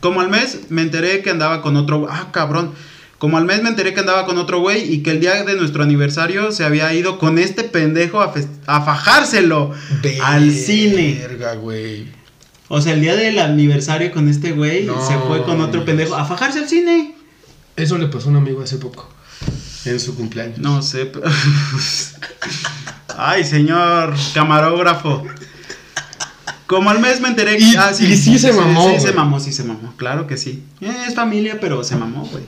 Como al mes me enteré que andaba con otro, ah, cabrón. Como al mes me enteré que andaba con otro güey y que el día de nuestro aniversario se había ido con este pendejo a, fest- a fajárselo al cine.
Verga, güey.
O sea, el día del aniversario con este güey
No,
se fue con otro
mames.
pendejo a fajarse al cine.
Eso le pasó a un amigo hace poco, en su cumpleaños.
No sé. pero- Ay, señor camarógrafo. Como al mes me enteré que. Ah,
Y- y sí se mamó,
Sí,
güey.
se mamó, sí se mamó. Claro que sí. Eh, Es familia, pero se mamó, güey.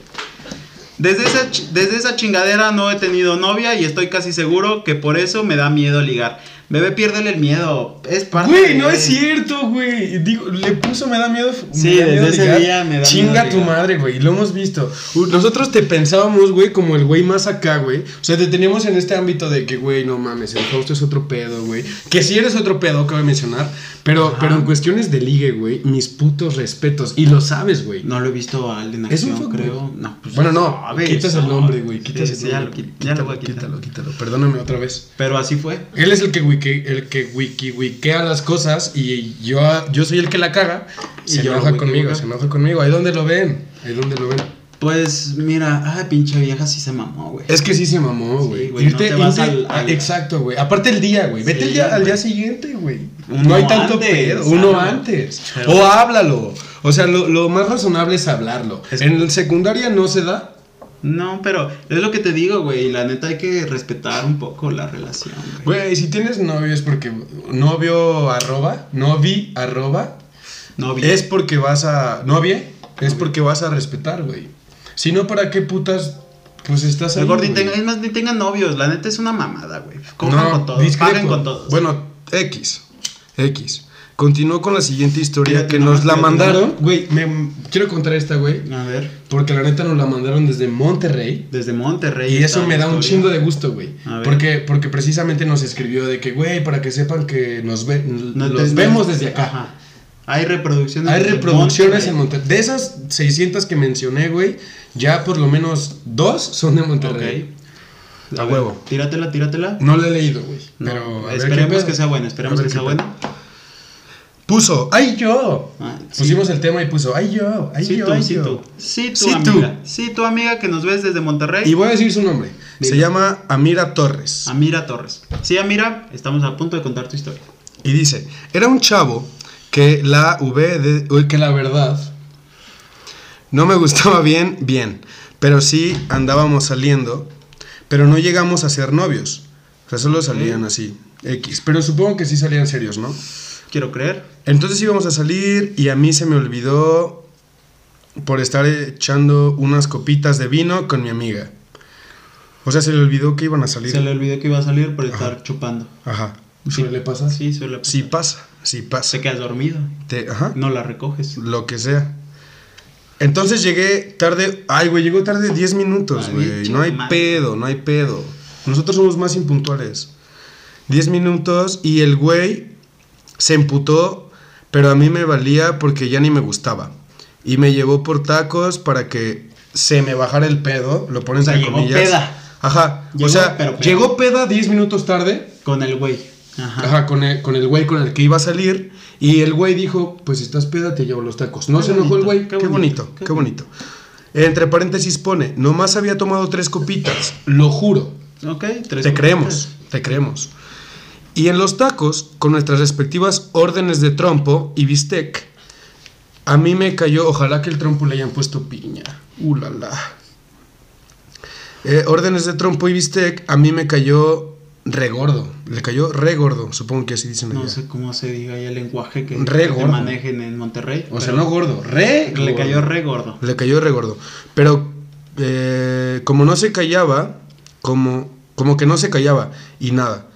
Desde esa, ch- desde esa chingadera no he tenido novia y estoy casi seguro que por eso me da miedo ligar. Bebé, piérdele el miedo. Es parte
Güey, no
de-
es cierto, güey. Digo, le puso me da miedo. me
Sí,
da miedo
desde ese
ligar.
día me da
Chinga
miedo
tu
ligar.
madre, güey. Lo hemos visto. U- Nosotros te pensábamos, güey, como el güey más acá, güey. O sea, te teníamos en este ámbito de que, güey, no mames, el Fausto es otro pedo, güey. Que sí eres otro pedo, cabe mencionar. Pero,
Ajá.
pero en cuestiones de ligue, güey, mis putos respetos. Y lo sabes, güey.
No lo he visto a alguien en
Es un
acción,
fuckboy.
creo. No, pues,
bueno, no,
sabes,
quitas el
no.
nombre, güey.
Sí,
Quitas el
sí, ya lo
nombre,
qui-
güey,
ya lo
quítalo,
voy a quitar.
Quítalo, quítalo. Perdóname otra vez.
Pero así fue.
Él es el que wiki, el que wiki wikea las cosas y yo, yo soy el que la caga y
Se
se
enoja
enoja conmigo,
wiki-wika.
se enoja conmigo. Ahí donde lo ven, ahí donde lo ven.
Pues mira, ah, pinche vieja sí se mamó, güey.
Es que sí se mamó,
Sí,
güey.
güey, no
Irte-
te vas
irte-
al-
ah,
al-
Exacto, güey. Aparte el día, güey. Vete
Sí,
el día, al
güey.
día siguiente, güey.
Uno
No hay tanto
antes,
pedo. Uno
ajá.
antes.
Pero-
O háblalo. O sea, lo, lo más razonable es hablarlo.
Es-
En el secundaria no se da.
No, pero es lo que te digo, güey. La neta hay que respetar un poco la relación, güey.
Güey, si tienes novio es porque novio arroba, novi arroba,
No, bien.
Es porque vas a. ¿Novia? Es porque vas a respetar, güey. Si no, ¿para qué putas? Pues estás ahí.
Mejor ni
güey?
tengan, es más, ni tengan novios. La neta es una mamada, güey. Cojan
No,
con todos.
discrepo.
Paguen con todos.
Bueno, X. X. Continuó con la siguiente historia
Fíjate
que
nomás,
nos la
fíjate
mandaron. Güey, me quiero contar esta, güey.
A ver,
Porque la neta nos la mandaron desde Monterrey.
desde Monterrey.
Y eso
está
me
la
da un
historia.
chingo de gusto, güey.
A ver.
Porque, porque precisamente nos escribió de que, güey, para que sepan que nos ve,
No
los
te-
vemos desde acá.
Ajá. Hay reproducciones.
Hay
desde
reproducciones
Monterrey.
en Monterrey. De esas 600 que mencioné, güey, ya por lo menos dos son de Monterrey.
Ok.
A
ver,
huevo.
Tíratela, tíratela.
No la he leído, güey.
No,
pero a ver qué
esperemos
pedo.
que sea buena, esperemos
A ver
que
qué
sea
pedo.
buena.
Puso, ¡ay yo!
Ah, sí.
Pusimos el tema y puso, ¡ay yo! ¡ay
Sí,
yo!
tú,
ay,
sí,
yo".
tú. Sí, tú,
Sí, tú.
amiga. Sí, tu amiga que nos ves desde Monterrey.
Y voy a decir su nombre. Se
Dilo. Ah,
llama Amira Torres.
Amira Torres. Sí, Amira, estamos a punto de contar tu historia.
Y dice, era un chavo que la V de- uy, que la verdad no me gustaba bien, bien, pero sí andábamos saliendo, pero no llegamos a ser novios. O sea, solo salían así, X, pero supongo que sí salían serios, ¿no?
Quiero creer.
Entonces íbamos a salir y a mí se me olvidó por estar echando unas copitas de vino con mi amiga. O sea, se le olvidó que iban a salir.
Se le olvidó que iba a salir por estar chupando.
Ajá.
Sí.
¿Suele pasar? Sí.
Sí, suele pasar.
pasa, sí pasa.
Se quedas dormido.
Te- ajá.
No la recoges.
Lo que sea. Entonces llegué tarde. Ay, güey, llegó tarde 10 minutos,
Ay,
güey.
chido,
No hay
Ah, madre.
pedo, no hay pedo. Nosotros somos más impuntuales. 10 minutos y el güey se emputó, pero a mí me valía porque ya ni me gustaba. Y me llevó por tacos para que se me bajara el pedo. Lo ponen
O sea,
entre
llegó
comillas.
peda.
Ajá.
Llegó,
o sea,
pero peda.
llegó peda 10 minutos tarde.
Con el güey. Ajá.
Ajá, con el, con el güey con el que iba a salir. Y el güey dijo, pues estás peda, te llevo los tacos. No
Qué
se enojó el
bonito,
güey.
qué
Qué,
bonito,
bonito,
qué
qué bonito. Entre paréntesis pone, nomás había tomado tres copitas. Lo juro.
Ok, tres.
Te creemos, te creemos. Y en los tacos, con nuestras respectivas órdenes de trompo y bistec, a mí me cayó, ojalá que el trompo le hayan puesto piña. Uh, la, la. Eh, órdenes de trompo y bistec, a mí me cayó regordo. Le cayó regordo, supongo que así dicen allá.
No sé cómo se diga ahí el lenguaje que,
Re
que te
gordo.
manejen en Monterrey.
o sea,
pero
no gordo, re.
Le
gordo.
cayó re gordo.
Le cayó regordo. Pero eh, como no se callaba, como, como que no se callaba y nada.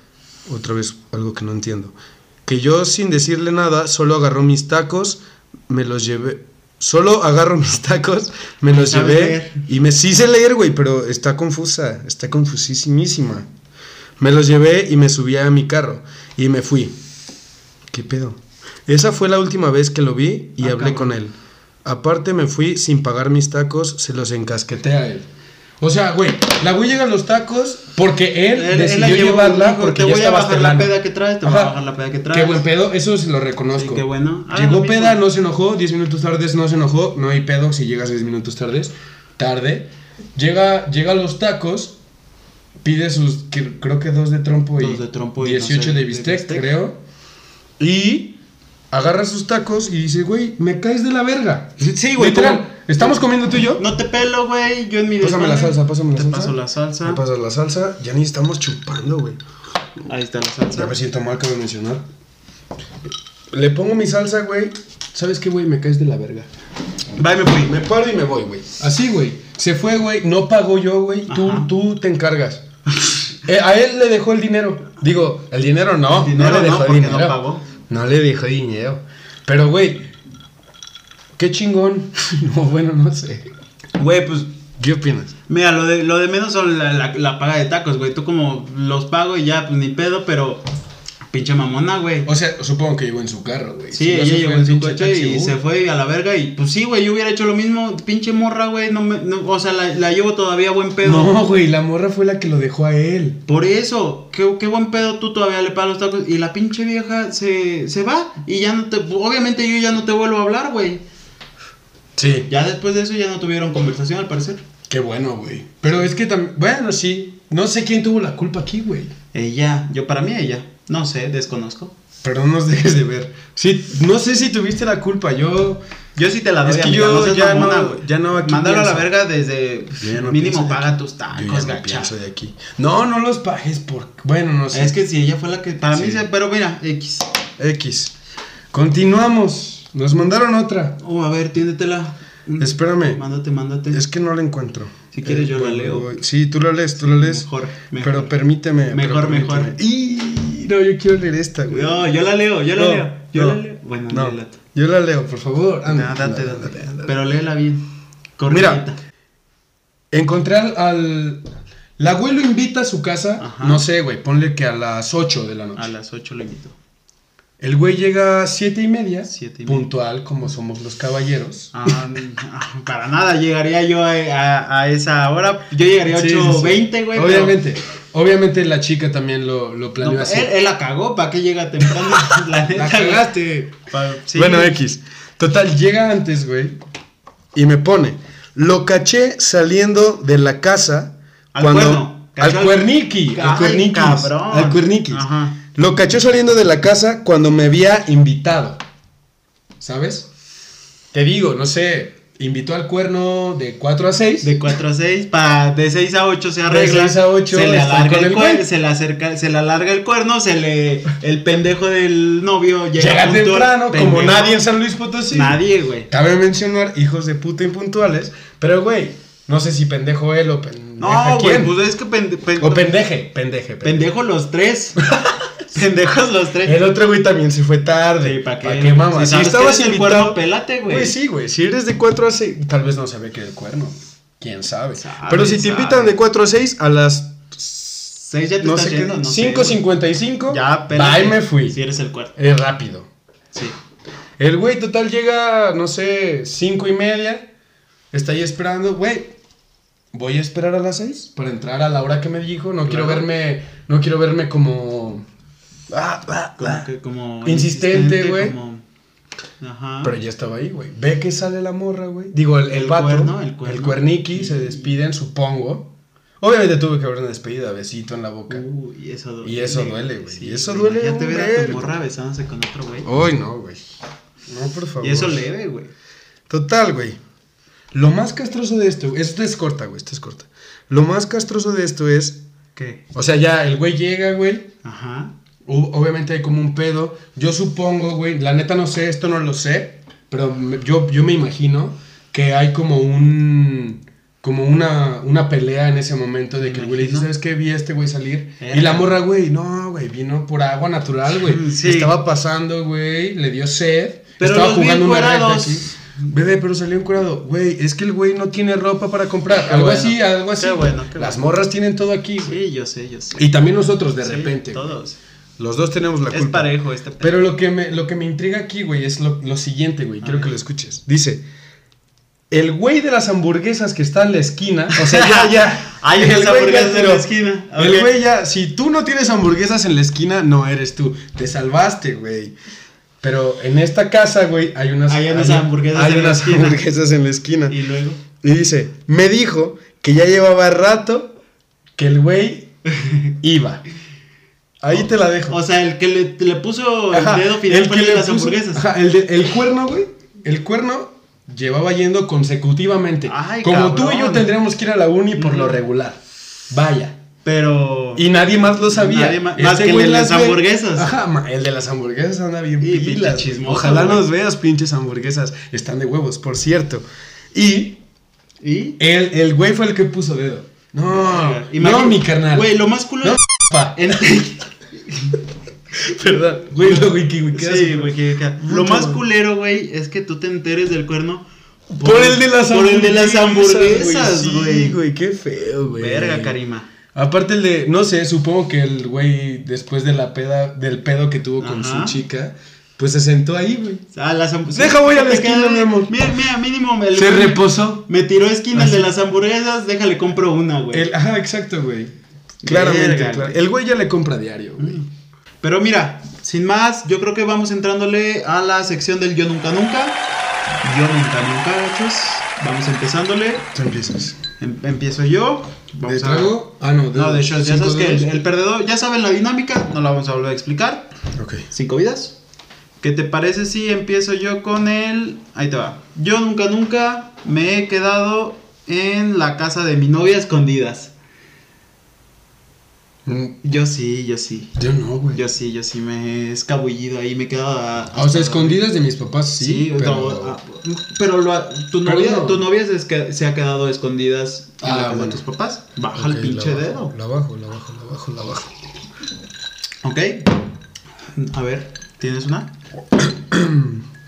Otra vez algo que no entiendo. Que yo sin decirle nada, solo agarró mis tacos, me los llevé. Solo agarro mis tacos, me los
Sabe
llevé
leer.
y me sí sé leer, güey, pero está confusa, está confusísimísima. Me los llevé y me subí a mi carro y me fui. ¿Qué pedo? Esa fue la última vez que lo vi y
Ah,
hablé
cabrón.
con él. Aparte me fui sin pagar mis tacos, se los encasqueté a él. O sea, güey, la güey llega a los tacos porque él, decidió
la llevó,
llevarla
dijo,
porque
te
ya
voy a
estaba
bajar
hasta el
la
ano".
peda que traes, te voy a
Ajá.
bajar la peda que traes.
Qué buen pedo, eso se lo reconozco.
Sí, qué bueno. Ah, lo
Llegó
mismo.
peda, no se enojó, 10 minutos tardes no se enojó, no hay pedo si llegas 10 minutos tardes, tarde. Llega, llega a los tacos, pide sus, que- creo que dos de trompo y
Dos de trompo y no
18
sé,
de
de
bistec,
bistec.
creo. Y agarra sus tacos y dice, güey, me caes de la verga.
Sí, güey,
Literal,
¿cómo?
¿estamos comiendo tú y yo?
No te pelo, güey. Yo en mi
Pásame la
desmadre-
salsa, pásame la
Te
salsa.
paso la salsa.
Me pasas la salsa, ya ni estamos chupando, güey.
Ahí está la
Ya
salsa.
me siento mal, cabe mencionar. Le pongo mi salsa, güey. ¿Sabes qué, güey? Me caes de la verga.
Bye, me fui.
Me paro y me voy, güey. Así, güey. Se fue, güey. No pago yo, güey. Tú,
Ajá.
tú te encargas. Eh, a él le dejó el dinero. Digo, el dinero no.
El dinero
no le
no,
dejó
porque no
dinero.
pagó.
No le dejó dinero. Pero, güey. Qué chingón. No, bueno, no sé.
Güey, pues.
¿Qué opinas?
Mira, lo de, lo de menos son la, la- la paga de tacos, güey. Tú como los pago y ya, pues ni pedo, pero. Pinche mamona, güey.
O sea, supongo que llegó en su carro, güey.
Sí,
Si no,
ella
se fue
llegó
el
en su
pinche
coche
taxi,
y
uh.
se fue a la verga. Y pues sí, güey, yo hubiera hecho lo mismo. Pinche morra, güey. No me- no- o sea, la, la llevo todavía a buen pedo.
No, güey, la morra fue la que lo dejó a él.
Por eso, qué, qué buen pedo tú todavía le pagas los tacos. Y la pinche vieja se, se va. Y ya no te. Obviamente yo ya no te vuelvo a hablar, güey.
Sí.
Ya después de eso ya no tuvieron conversación, al parecer.
Qué bueno, güey. Pero es que también. Bueno, sí. No sé quién tuvo la culpa aquí, güey.
Ella, yo para mí ella. No sé, desconozco.
Pero no nos dejes de ver. Sí, no sé si tuviste la culpa. Yo.
Yo sí te la doy.
Es que
amiga,
yo
seas
ya
mamona,
no-
güey.
ya no aquí
Mándalo a la
pienso.
verga desde.
yo ya no pienso
mínimo
de
paga
aquí. Yo
tus
ya
tacos,
no
gacha.
pienso de aquí. No, no los pagues por. Bueno, no sé.
Es que si ella fue la que. Para mí,
Sí.
se- pero mira, X.
X. Continuamos. Nos mandaron otra.
Oh, a ver, tiéndetela. Mm,
Espérame.
Mándate, mándate.
Es que no la encuentro.
Si quieres, yo la
voy,
leo.
voy. Sí, tú la lees, tú la lees.
Mejor, mejor.
Pero permíteme.
Mejor,
pero permíteme.
mejor.
Y no, yo quiero leer esta, güey.
No, yo la leo, yo la
No,
leo. Yo
no,
la leo. Bueno,
no.
léela tú.
Yo la leo, por favor. Ah,
No, date,
no,
date.
no, no, no.
Pero léela bien.
Mira. Encontré al, al- La güey lo invita a su casa.
Ajá.
No sé, güey. Ponle que a las 8 de la noche.
A las 8 lo invito.
El güey llega a 7 y media.
Siete y media.
puntual, como somos los caballeros.
Ah, no, para nada llegaría yo a, a- a esa hora. Yo llegaría a
Sí, sí, sí.
8.20, güey. pero-
Obviamente. Obviamente la chica también lo, lo
No, eh,
planeó así.
él, él la cagó, ¿para qué llega temprano? la
La
neta, güey.
cagaste.
Pa- sí.
Bueno, X. Total, llega antes, güey. Y me pone. Lo caché saliendo de la casa.
Al
cuando,
cuerno. Cachó
Al
al-
cuerniqui.
Ay,
al cuerniquis.
cabrón.
Al cuerniquis.
Ajá.
Lo caché saliendo de la casa cuando me había invitado. ¿Sabes? Te digo, no sé. Invitó al cuerno de 4 a 6.
De 4 a 6, pa, de 6 a 8 se arregla.
6 a 8
se le
está
alarga
con
el
el
cuerno,
güey.
se le acerca, se le alarga el cuerno, se le el pendejo del novio llega,
Llega
puntual.
temprano, como
Pendejo.
nadie en San Luis Potosí.
Nadie, güey.
Cabe mencionar hijos de puta impuntuales, pero güey, no sé si pendejo él o pendeja
No, güey,
quién.
pues es que pende- pen-
o pendeje, pendeje, pendeje.
pendejo los tres. Pendejos los tres.
El otro güey también se fue tarde.
Sí, ¿pa' qué?
¿Pa' qué mamá?
Si
Si,
sabes
estabas
que eres el
invitado-
cuerno, pélate, güey.
Güey, sí, güey. Si eres de 4 a 6, tal vez no sabía que era el cuerno. Quién sabe.
Sabe,
Pero si te
sabe.
invitan de 4 a 6 a las
Seis ya te
no
estás
sé qué,
yendo, no sé, güey.
5:55,
Ya, pero.
bye, me fui.
Si eres el cuerno.
Es rápido.
Sí.
El güey total llega, no sé, cinco y media. Está ahí esperando. Güey, voy a esperar a las seis para entrar a la hora que me dijo. No quiero
Claro.
verme, no quiero verme como... ah, ah,
Como
ah.
que como
Insistente, güey.
como- Ajá.
Pero ya estaba ahí, güey. Ve que sale la morra, güey. Digo, el, el,
El
vato,
cuerno, el cuerno.
el cuerniqui, se despiden, supongo. Obviamente tuve que haber una despedida, besito en la boca.
Uy, Uh, eso duele.
Y eso duele, güey. Y eso
güey,
duele
Ya te
un
ver a tu
vergo.
morra besándose con otro güey.
Uy, no, güey. No, por favor.
y eso leve, güey.
Total, güey. Lo más castroso de esto, esto es corta, güey, esto es corta. Lo más castroso de esto es,
¿Qué?
o sea, ya el güey llega, güey.
Ajá.
u- Obviamente hay como un pedo. Yo supongo, güey, la neta no sé, esto no lo sé, pero me- yo, yo me imagino que hay como un como una, una pelea en ese momento de que el güey le dice,
Imagino.
¿sabes qué? Vi a este güey salir.
Verga.
Y la morra, güey, no, güey, vino por agua natural, güey.
Sí.
Estaba pasando, güey, le dio sed.
Pero
estaba
los vi
jugando una recta
encuerados.
aquí. Bebé, pero salió curado. Güey, es que el güey no tiene ropa para comprar.
Qué
algo
bueno.
así, algo así.
Qué bueno, qué
Las
bueno.
morras tienen todo aquí. güey.
Sí, yo sé, yo sé.
Y también nosotros, de
Sí,
repente. güey.
Todos.
Los dos tenemos la
Es
culpa.
parejo este pe-
Pero lo que me, lo que me intriga aquí, güey, es lo, lo siguiente, güey.
A
Quiero que
ver.
lo escuches. Dice. El güey de las hamburguesas que está en la esquina. O sea, ya, ya.
Hay
el
unas
güey ya
hamburguesas en
tiró.
la esquina.
El
Ok.
güey ya. Si tú no tienes hamburguesas en la esquina, no eres tú. Te salvaste, güey. Pero en esta casa, güey, hay unas,
Hay unas hamburguesas
hay
en la
unas
esquina.
hamburguesas en la esquina.
Y luego.
Y dice, me dijo que ya llevaba rato que el güey iba. Ahí te la dejo.
oh, O sea, el que le, le puso
Ajá,
el dedo final fue el
le
de las
puso-
hamburguesas.
ajá, el, de- el cuerno, güey. El cuerno llevaba yendo consecutivamente.
Ay,
Como tú
cabrón.
y yo tendríamos que ir a la uni por lo
Ujú.
regular. Vaya.
Pero.
Y nadie más lo sabía.
Nadie ma-
Ese
más que el
güey
de las
ve-
hamburguesas.
Ajá, ma- el de las hamburguesas anda bien
Y pinche
pilas.
chismoso,
Ojalá
güey.
nos veas, pinches hamburguesas. Están de huevos, por cierto. Y
¿Y?
el, el güey fue el que puso dedo. No,
Imagina-
no, mi carnal.
Ah, Güey, lo más culo
no, pa. Perdón. Güey, lo wiki, wiki.
Sí, güey, que- que- Lo
Mucho,
más
güey.
culero, güey, es que tú te enteres del cuerno
Por, el de las
por el de las hamburguesas,
Sí,
güey.
güey, qué feo, güey.
Verga, Karima.
Aparte el de, no sé, supongo que el güey después de la peda, del pedo que tuvo con
Ajá.
su chica, pues se sentó ahí, güey.
Ah, las hamb-
Deja, voy a la
Te
esquina,
queda-
mi amor.
Mira, mira, mínimo. el-
Se reposó.
Me tiró esquina el
Así.
de las hamburguesas, déjale, compro una, güey.
El- ajá, exacto, güey. Claramente,
Verga,
claro.
güey.
El güey ya le compra diario, güey.
Pero mira, sin más, yo creo que vamos entrándole a la sección del Yo Nunca Nunca. Yo Nunca Nunca, gachos. Vamos empezándole.
Tú empiezas.
Em- empiezo yo.
¿De
Vamos a-
trago? Ah, no, de
No, de shots. Ya
cinco
sabes que el,
dedos.
el perdedor, ya saben la dinámica, no la vamos a volver a explicar.
Ok.
Cinco vidas. ¿Qué te parece si empiezo yo con el... Ahí te va. Yo nunca, nunca me he quedado en la casa de mi novia a escondidas.
Mm,
Yo sí, yo sí.
Yo no, güey.
Yo sí, yo sí me he escabullido ahí, me he quedado... a-
Ah, O sea, escondidas de mis papás, sí.
Sí,
pero...
no, ah, pero lo ha- tu
Pero
novia,
no.
tu novia se, esca- se ha quedado escondidas
Ah,
en la casa de
bueno.
tus papás. Baja el
Ok,
pinche
la bajo,
dedo.
La bajo, la bajo, la bajo, la bajo.
Ok. A ver, ¿tienes una?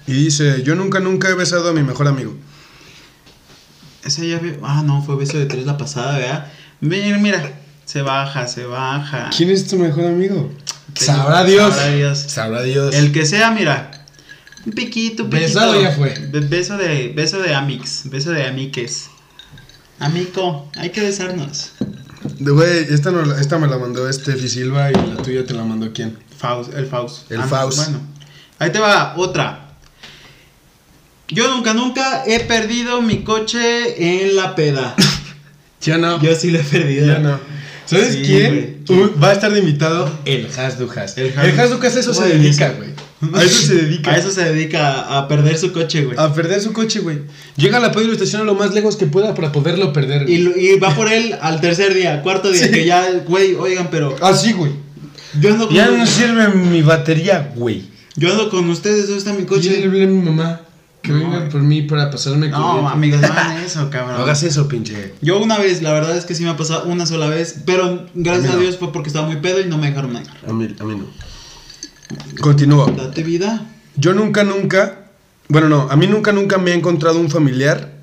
Y dice, yo nunca, nunca he besado a mi mejor amigo.
Esa ya veo. Ah, no, fue beso de tres la pasada, ¿verdad? Mira, mira. Se baja, se baja.
¿Quién es tu mejor amigo?
Tengo-
Sabrá Dios.
Sabrá Dios.
Sabrá Dios.
El que sea, mira. Un piquito, un piquito.
Besado ya fue.
Be- beso de. Beso de Amix. Beso de Amiques. Amico, hay que besarnos.
De- Güey, esta, no la- esta me la mandó Steffi Silva y la tuya te la mandó quién.
Faust, el Faust. Ah,
El Faust.
Bueno. Ahí te va, otra. Yo nunca, nunca he perdido mi coche en la peda.
Ya no.
Yo sí lo he perdido.
Ya no. ¿Sabes
Sí,
quién?
güey.
Uy, va a estar de invitado el Hasdujas.
El
El
Has-
Hasdujas a eso se
Güey,
dedica,
eso-
güey. A eso se dedica. Ah.
A eso se dedica a perder su coche, güey.
A perder su coche, güey. Llega a la peda y lo estaciona lo más lejos que pueda para poderlo perder. güey.
Y, lo- y va por él al tercer día, cuarto día, que ya, güey, oigan, pero
Así, Ah, güey.
yo ando con,
Ya no sirve mi batería, güey.
yo ando con ustedes, ¿dónde está mi
Yo le
coche?
hablé a mi mamá que
No,
venga
güey.
por mí para pasarme
No,
corriente.
amigos, no hagan eso,
No
cabrón.
hagas eso, pinche.
Yo una vez, la verdad es que sí me ha pasado una sola vez, pero
A
gracias
mí
a
no.
Dios fue porque estaba muy pedo y no me dejaron ahí.
A mí, a mí no. Continúo.
Date vida.
Yo nunca, nunca. Bueno, no, a mí nunca, nunca me ha encontrado un familiar.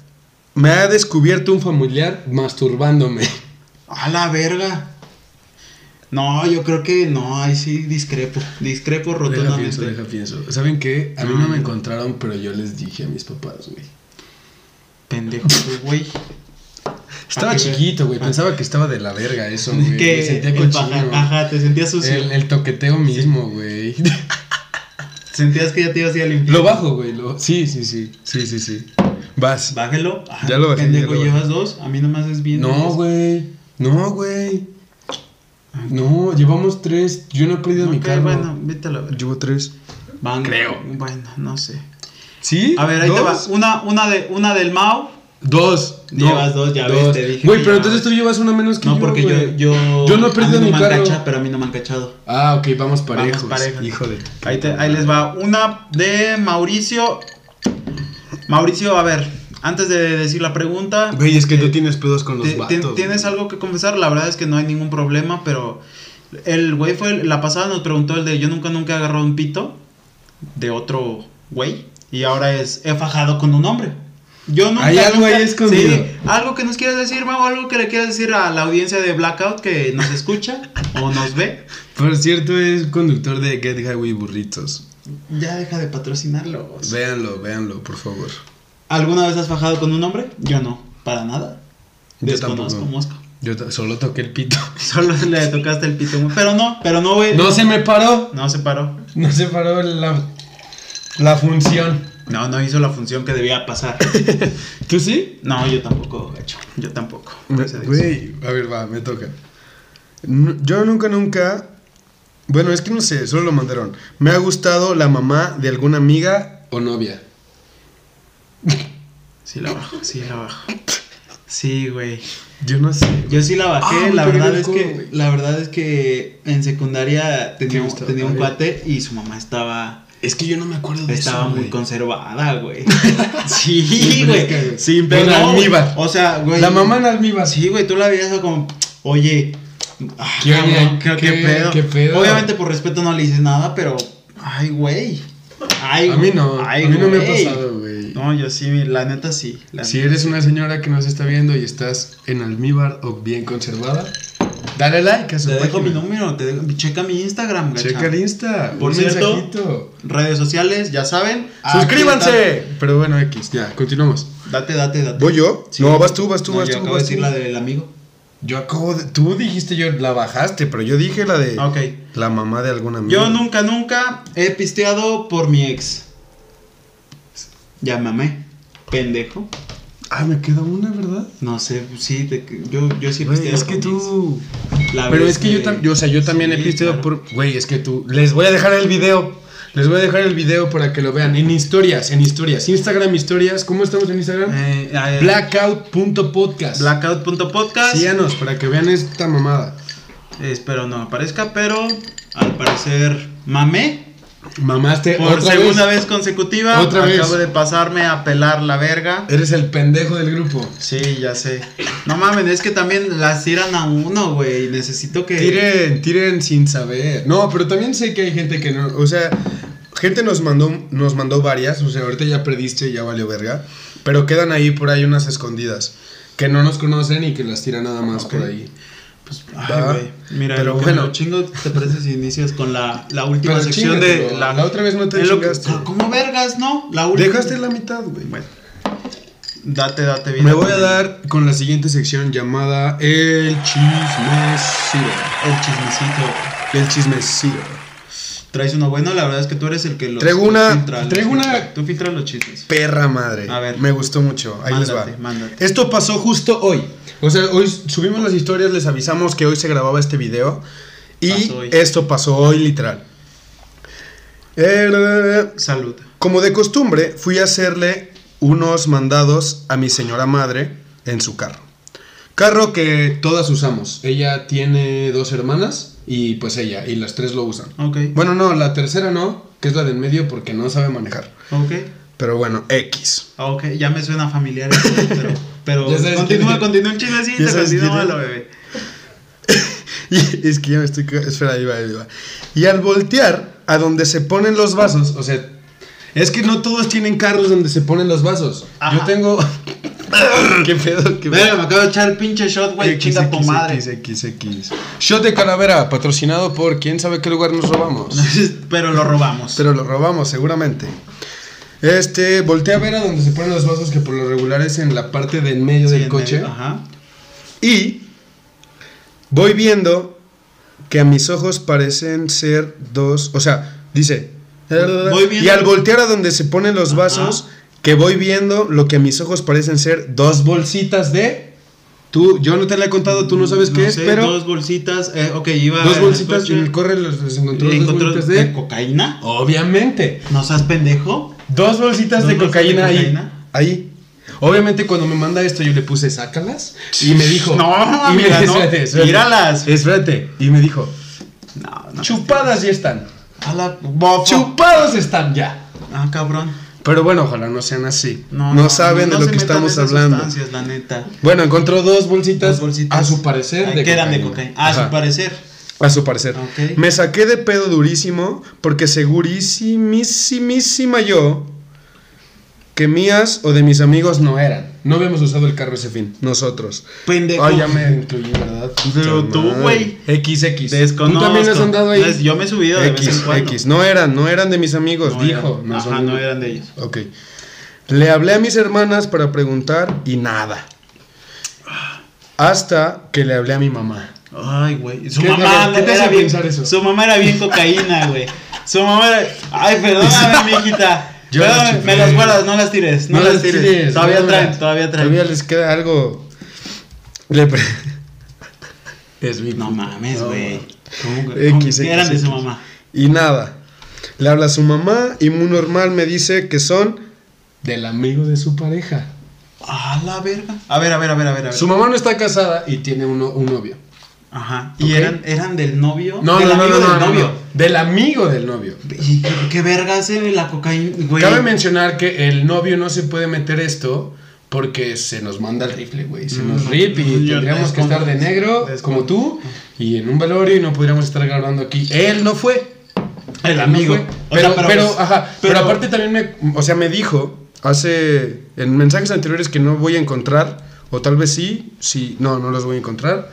Me ha descubierto un familiar masturbándome.
A la verga. No, yo creo que no, ahí sí discrepo, discrepo
Deja pienso,
rotundamente.
deja pienso. ¿Saben qué? A mí no
Mm.
me encontraron, pero yo les dije a mis papás, güey.
Pendejo, tú, güey.
Estaba
Pa' que
chiquito, güey.
pa'
Pensaba que estaba de la verga eso, güey.
Ah, que
Me sentía
el paja-
cochino.
ajá, te sentías sucio.
El, el toqueteo mismo, güey.
Sentías que ya te ibas a ir al infierno.
Lo bajo, güey. Lo... Sí, sí, sí. Sí, sí, sí. Vas.
Bájalo. Ah,
Ya lo bajé,
Pendejo,
ya lo bajé.
llevas dos. A mí nomás es bien.
No, güey. No, güey. No, llevamos tres. Yo no he perdido
Ok,
mi carro.
bueno, vete a la verga.
Llevo tres.
Van-
Creo.
Bueno, no sé.
¿Sí?
A ver, ahí te va.
¿Dos?
Una, una, de, una del Mao.
Dos.
Llevas dos, ya ves, te
Güey,
dije que
pero
llevabas.
entonces tú llevas una menos que
No,
yo,
porque
güey.
yo, yo.
Yo no he
a mí
perdido mi
me han
carro.
cachado, pero a mí no me han cachado.
Ah, ok, vamos parejos.
parejos.
Hijo de...
Ahí, te- ahí les va una de Mauricio. Mauricio, a ver, antes de decir la pregunta, eh,
Güey, es que tú tienes pedos con los
ti- ti-
vatos.
Ah, ¿tienes
güey.
algo que confesar? La verdad es que no hay ningún problema, pero el güey fue, el- la pasada nos preguntó el de yo nunca, nunca he agarrado un pito de otro güey y ahora es he fajado con un hombre. Yo nunca,
Hay algo
nunca-
ahí escondido.
Sí, algo que nos quieras decir, Mau, algo que le quieras decir a la audiencia de Blackout que nos escucha o nos ve.
Por cierto, es conductor de Get Highway Burritos.
Ya deja de patrocinarlo.
Véanlo, véanlo, por favor.
¿Alguna vez has fajado con un hombre? Yo no, para nada.
Yo
Desconozco,
tampoco.
mosco.
Yo ta- solo toqué el pito.
Solo le tocaste el pito. Pero no, pero no, güey.
No se me paró.
No se paró.
No se paró la, la función.
No, no hizo la función que debía pasar.
¿Tú sí?
No, yo tampoco, gacho. Yo tampoco. Gracias a Dios.
Güey, a ver, va, me toca. Nu- Yo nunca, nunca. Bueno, es que no sé, solo lo mandaron. Me ha gustado la mamá de alguna amiga o novia.
Sí la bajo, sí la bajo. Sí, güey.
Yo no sé.
Yo sí la bajé,
Ah,
la
pero
verdad
yo
es
cómo,
que
güey.
la verdad es que en secundaria tenía,
gusto,
tenía un
ok.
cuate y su mamá estaba
Es que yo no me acuerdo de
estaba
eso,
muy
güey.
conservada, güey.
Sí,
sí,
fresca, güey.
güey. Sin
En
pena.
almíbar.
O sea, güey.
La mamá en almíbar.
Sí, güey, tú la veías como, oye, ah,
¿Qué
cabrón,
onda?
creo
¿Qué-
que pedo.
qué pedo?
Obviamente por respeto no le dices nada, pero, ay, güey. Ay,
A mí no,
güey, ay,
a mí no me ha
güey.
pasado, güey.
No, yo sí, la neta sí. la
Si eres una señora que nos está viendo y estás en almíbar o bien conservada, dale like a su
Te dejo
página.
mi número, te dejo- checa mi Instagram, gacha.
Checa el Insta.
Por
un
cierto,
mensajito.
Redes sociales, ya saben.
Ah,
Aquí
¡Suscríbanse! Pero bueno, X, ya, continuamos.
está. Date, date, date.
¿Voy yo?
Sí.
No, vas tú, vas tú,
No,
vas
yo
tú.
acabo
vas
de decir
tú.
la del amigo.
Yo acabo de. Tú dijiste yo la bajaste.
Pero yo dije la de
Ah, Ok.
la mamá de alguna amiga.
Mm.
Yo nunca, nunca he pisteado por mi ex. Ya mamé. Pendejo.
Ah, me queda una, ¿verdad?
No sé, sí, te- yo, yo sí he
Güey,
pisteado
es que
por mi
tú.
ex. La
Pero
vez
es que yo también. O sea, yo también he
Sí,
pisteado
claro.
por.
Güey, es que tú. Les voy a dejar el video. Les voy a dejar el video para que lo vean. En historias, en historias. Instagram, historias. ¿Cómo estamos en Instagram?
Eh, eh,
Blackout.podcast.
Blackout.podcast.
Síganos para que vean esta mamada.
Espero no aparezca, pero al parecer mamé.
Mamaste
Eh,
Por
otra
segunda vez, consecutiva.
Otra
acabo
vez.
de pasarme a pelar la verga.
Eres el pendejo del grupo.
Sí, ya sé. No mames, es que también las tiran a uno, güey. Necesito que.
Tiren, tiren sin saber. No, pero también sé que hay gente que no.
O sea, gente nos mandó, nos mandó varias. O sea, ahorita ya prediste, ya valió verga. Pero quedan ahí por ahí unas escondidas.
Que no nos conocen y que las tira nada más
Ok.
por ahí.
Pues, ay,
Va.
güey. Mira,
Ah, Pero
pero
bueno.
bueno, chingo, ¿te parece si inicias con la, la última
Pero
sección
chingatelo,
de
la...
la.
otra vez no te
en lo-
chingaste.
Ah, ¿Cómo vergas, no? La última.
Dejaste la mitad, güey.
Bueno. Date, date bien.
Me voy a dar con la siguiente sección llamada El Chismeciro.
El chismecito.
El chismecito.
Traes uno bueno, la verdad es que tú eres el que lo.
Traigo una-
traigo una-
Tú filtras los chismes.
Perra madre.
A ver.
Me gustó mucho. Ahí les va.
Mándate, mándate.
Esto pasó justo hoy. O sea, hoy subimos las historias, les avisamos que hoy se grababa este video. Y
Pasó hoy.
esto pasó hoy, literal. Eh,
Salud.
como de costumbre, fui a hacerle unos mandados a mi señora madre en su carro.
Carro que todas usamos. Ella tiene dos hermanas y pues ella, y las tres lo usan.
Ok.
Bueno, no, la tercera no, que es la del medio porque no sabe manejar.
Ok.
Pero bueno, X.
Ah, ok, ya me suena familiar eso, pero, pero
Ya sabes quién
continúa,
es.
continúa el chismecito,
Ya sabes quién
continúa
es.
lo bebé.
Y es que ya me estoy... ca- Espera, ahí va, ahí va. Y al voltear a donde se ponen los vasos,
O sea, es que no todos tienen carros donde se ponen los vasos.
Ajá.
Yo tengo. ¿Qué pedo? ¿Qué
Venga,
pedo?
me acabo de echar el pinche shot,
Eh,
güey,
X,
chinga
X,
tu madre.
X, X, X.
Shot de calavera, patrocinado por quién sabe qué lugar nos robamos.
pero lo robamos.
Pero lo robamos, seguramente.
Este, volteé a ver a donde se ponen los vasos, que por lo regular es en la parte de en medio
Sí, en
del
el-
coche.
ajá.
Y voy viendo que a mis ojos parecen ser dos, o sea, dice,
Voy viendo-
y al voltear a donde se ponen los
Ajá.
vasos, que voy viendo lo que a mis ojos parecen ser dos bolsitas de... Tú, yo no te la he contado, tú no sabes qué
Mm, No
es,
sé,
pero
Dos bolsitas, eh, ok, iba
Dos
en el
bolsitas,
coche,
en el corre los, los encontró
y
dos
encontró
bolsitas
de
de.
cocaína.
Obviamente.
¿No seas pendejo?
Dos bolsitas
Dos
de
bolsas
cocaína,
de
ahí.
cocaína.
Ahí. Obviamente cuando me manda esto yo le puse sácalas y me dijo
No,
y me-
amiga, no, tíralas.
espérate y me dijo
No, no.
chupadas ya están
A la bofo.
chupados están ya
Ah, cabrón.
pero bueno, ojalá no sean así. No,
No,
saben
no
de lo que
se metan
estamos
esas
hablando.
sustancias, la neta.
bueno encontró dos bolsitas,
Dos bolsitas.
a su parecer
Ay,
de
que eran de
cocaína.
cocaína. Ah, A
Ajá.
su parecer.
A su parecer.
Ok.
Me saqué de pedo durísimo porque segurísimísima yo que mías o de mis amigos no eran.
no habíamos usado el carro ese fin
Nosotros.
Pendejo.
Ay, ya me
incluí verdad
Pero tú,
madre.
güey.
XX
Desconozco.
tú también has andado ahí
Pues, Yo me he subido de vez
X,
en cuando.
X. No eran, no eran de mis amigos,
No
dijo.
eran.
No son
Ajá,
de-
no eran de ellos.
Ok. Le hablé a mis hermanas para preguntar y nada. Hasta que le hablé a mi mamá.
Ay, güey. Su
¿Qué- a
mamá
ver, qué te
era
hace
bien.
pensar eso?
Su mamá era bien cocaína, güey. Su mamá era. Ay, perdóname, mijita.
Yo
Perdóname,
las chupé.
me las guardas, no las tires, no,
No
las
las
tires.
tires,
Todavía
no
traen,
las-
todavía traen.
Todavía les queda algo. Le pre-
es mi
No mames, güey. ¿Cómo que-
X,
cómo que
X,
eran de su
X.
mamá?
Y nada. Le habla a su mamá y muy normal me dice que son
del amigo de su pareja
A la verga. A ver, a ver, a ver, a ver. A ver.
Su mamá no está casada y tiene uno- un novio.
Ajá.
Ok.
¿Y eran, eran del novio?
No,
del
no, no,
amigo
no, no,
del
no,
novio.
no. Del amigo del novio.
¿Y qué, qué verga hace la cocaína, güey?
Cabe mencionar que el novio no se puede meter esto porque se nos manda el rifle, güey. Se nos
Mm.
rip y
Yo
tendríamos que estar de
desconfío.
negro, como
Desconfío.
tú, y en un velorio y no podríamos estar grabando aquí. Él no fue.
El
no
amigo.
fue.
O sea,
Pero, pero,
pues,
ajá, pero,
pero-
aparte también me.
O sea, me dijo hace en mensajes anteriores que no voy a encontrar, o tal vez sí, sí, no, no los voy a encontrar.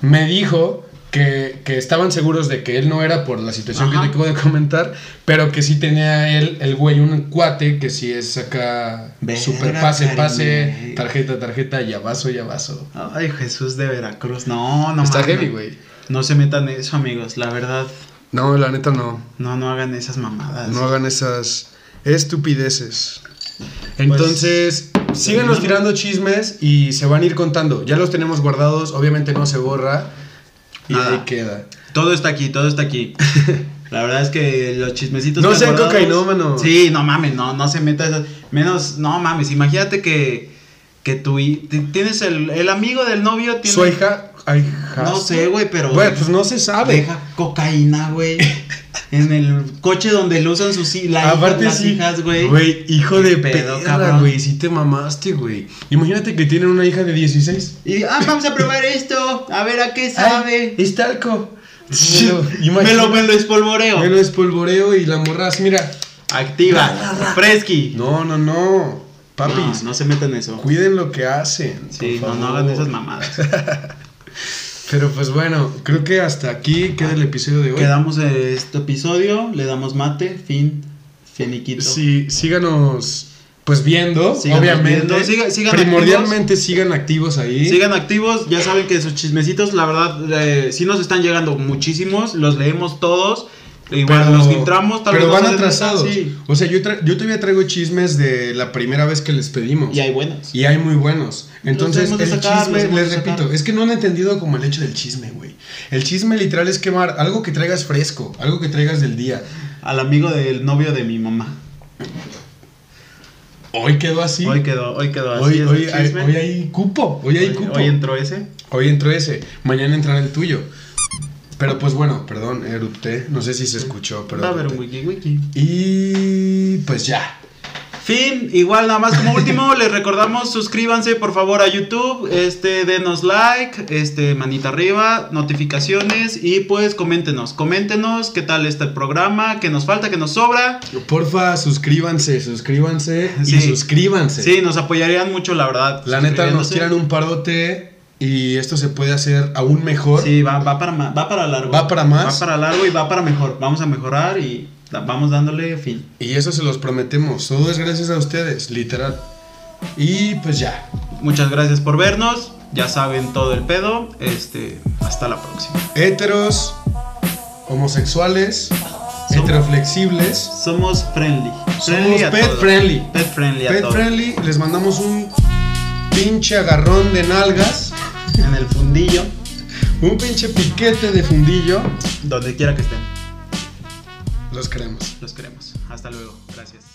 Me dijo que, que estaban seguros de que él no era por la situación que
Ajá.
te acabo de comentar, pero que sí tenía él, el güey, un cuate que sí es acá.
Verga,
Super pase, pase,
Karim.
tarjeta, tarjeta, llavazo, llavazo.
Ay, Jesús de Veracruz. No, no
Está
mames.
heavy, güey.
No se metan en eso, amigos. La verdad,
No, la neta no.
no, no hagan esas mamadas.
No hagan esas estupideces. Entonces,
Síganos
Terminamos.
tirando chismes y se van a ir contando. Ya los tenemos guardados, obviamente no se borra. Y
Nada.
ahí queda.
Todo está aquí, todo está aquí. La verdad es que los chismecitos.
No
que
sean
guardamos-
cocainómanos.
Sí, no mames, no, no se meta esas. Menos, no mames, imagínate que. Que tú y- ti- tienes el, el amigo del novio. Tiene,
su hija, ay, ja-
No sé, güey, pero.
Güey, pues no se sabe.
Deja cocaína, güey. en el coche donde lo usan sus hi- la hija-
Aparte
las
sí,
hijas, güey.
Güey, hijo de
Qué pedo,
perra,
cabrón.
güey, sí te mamaste, güey. Imagínate que tienen una hija de 16.
Y ah, vamos a probar esto. A ver a qué sabe.
Ay, es talco.
Sí,
me, lo,
imagínate.
me lo espolvoreo.
Me lo espolvoreo y la morras, mira.
Activa. Fresqui.
No, no, no. Papis,
No, no se metan eso.
cuiden lo que hacen.
Sí,
por
no, no
favor.
hagan esas mamadas.
Pero pues bueno, creo que hasta aquí queda el episodio de hoy.
Quedamos en este episodio, le damos mate, fin, finiquito.
Sí, síganos pues viendo,
Síganos
obviamente.
viendo, siga- sigan
Primordialmente sigan activos ahí.
Sigan activos, ya saben que sus chismecitos, la verdad, eh, sí nos están llegando muchísimos, los leemos todos, e igual los filtramos,
pero
vez
van
no salen-
atrasados.
Sí.
O sea, yo, tra- yo todavía traigo chismes de la primera vez que les pedimos.
Y hay buenos.
Y hay muy buenos. Entonces,
hemos
el
de sacar, los
chisme,
hemos de
les
sacar.
repito, es que no han entendido como el hecho del chisme, güey. El chisme literal es quemar algo que traigas fresco, algo que traigas del día.
Al amigo del novio de mi mamá.
Hoy quedó así.
Hoy quedó, hoy quedó así.
Hoy,
es
hoy
el
hay,
chisme.
hoy hay cupo, hoy hay
Hoy-
cupo.
hoy entró ese.
Hoy entró ese, mañana entrará el tuyo. Pero pues bueno, perdón, erupté. No sé si se escuchó, pero.
Va a haber un
erupté.
wiki wiki.
Y pues ya.
Fin, igual nada más como último les recordamos suscríbanse por favor a YouTube, este denos like, este manita arriba, notificaciones y pues coméntenos, coméntenos qué tal está el programa, qué nos falta, qué nos sobra.
Porfa, suscríbanse, suscríbanse y
Sí.
suscríbanse.
Sí, nos apoyarían mucho la verdad.
La neta nos
suscribiéndose.
tiran un parote y esto se puede hacer aún mejor.
Sí, va, va para ma- va para largo.
Va para más.
Va para largo y va para mejor. Vamos a mejorar y da- vamos dándole fin.
Y eso se los prometemos. Todo es gracias a ustedes, literal. Y pues ya.
Muchas gracias por vernos. Ya saben todo el pedo. Este, hasta la próxima.
Heteros, homosexuales,
Somos-
heteroflexibles.
Somos friendly.
Somos
a
pet
todos.
friendly.
Pet friendly a
Pet
todos.
Friendly, les mandamos un pinche agarrón de nalgas,
En el fundillo,
un pinche piquete de fundillo.
donde quiera que estén.
Los queremos.
Los queremos. Hasta luego. Gracias.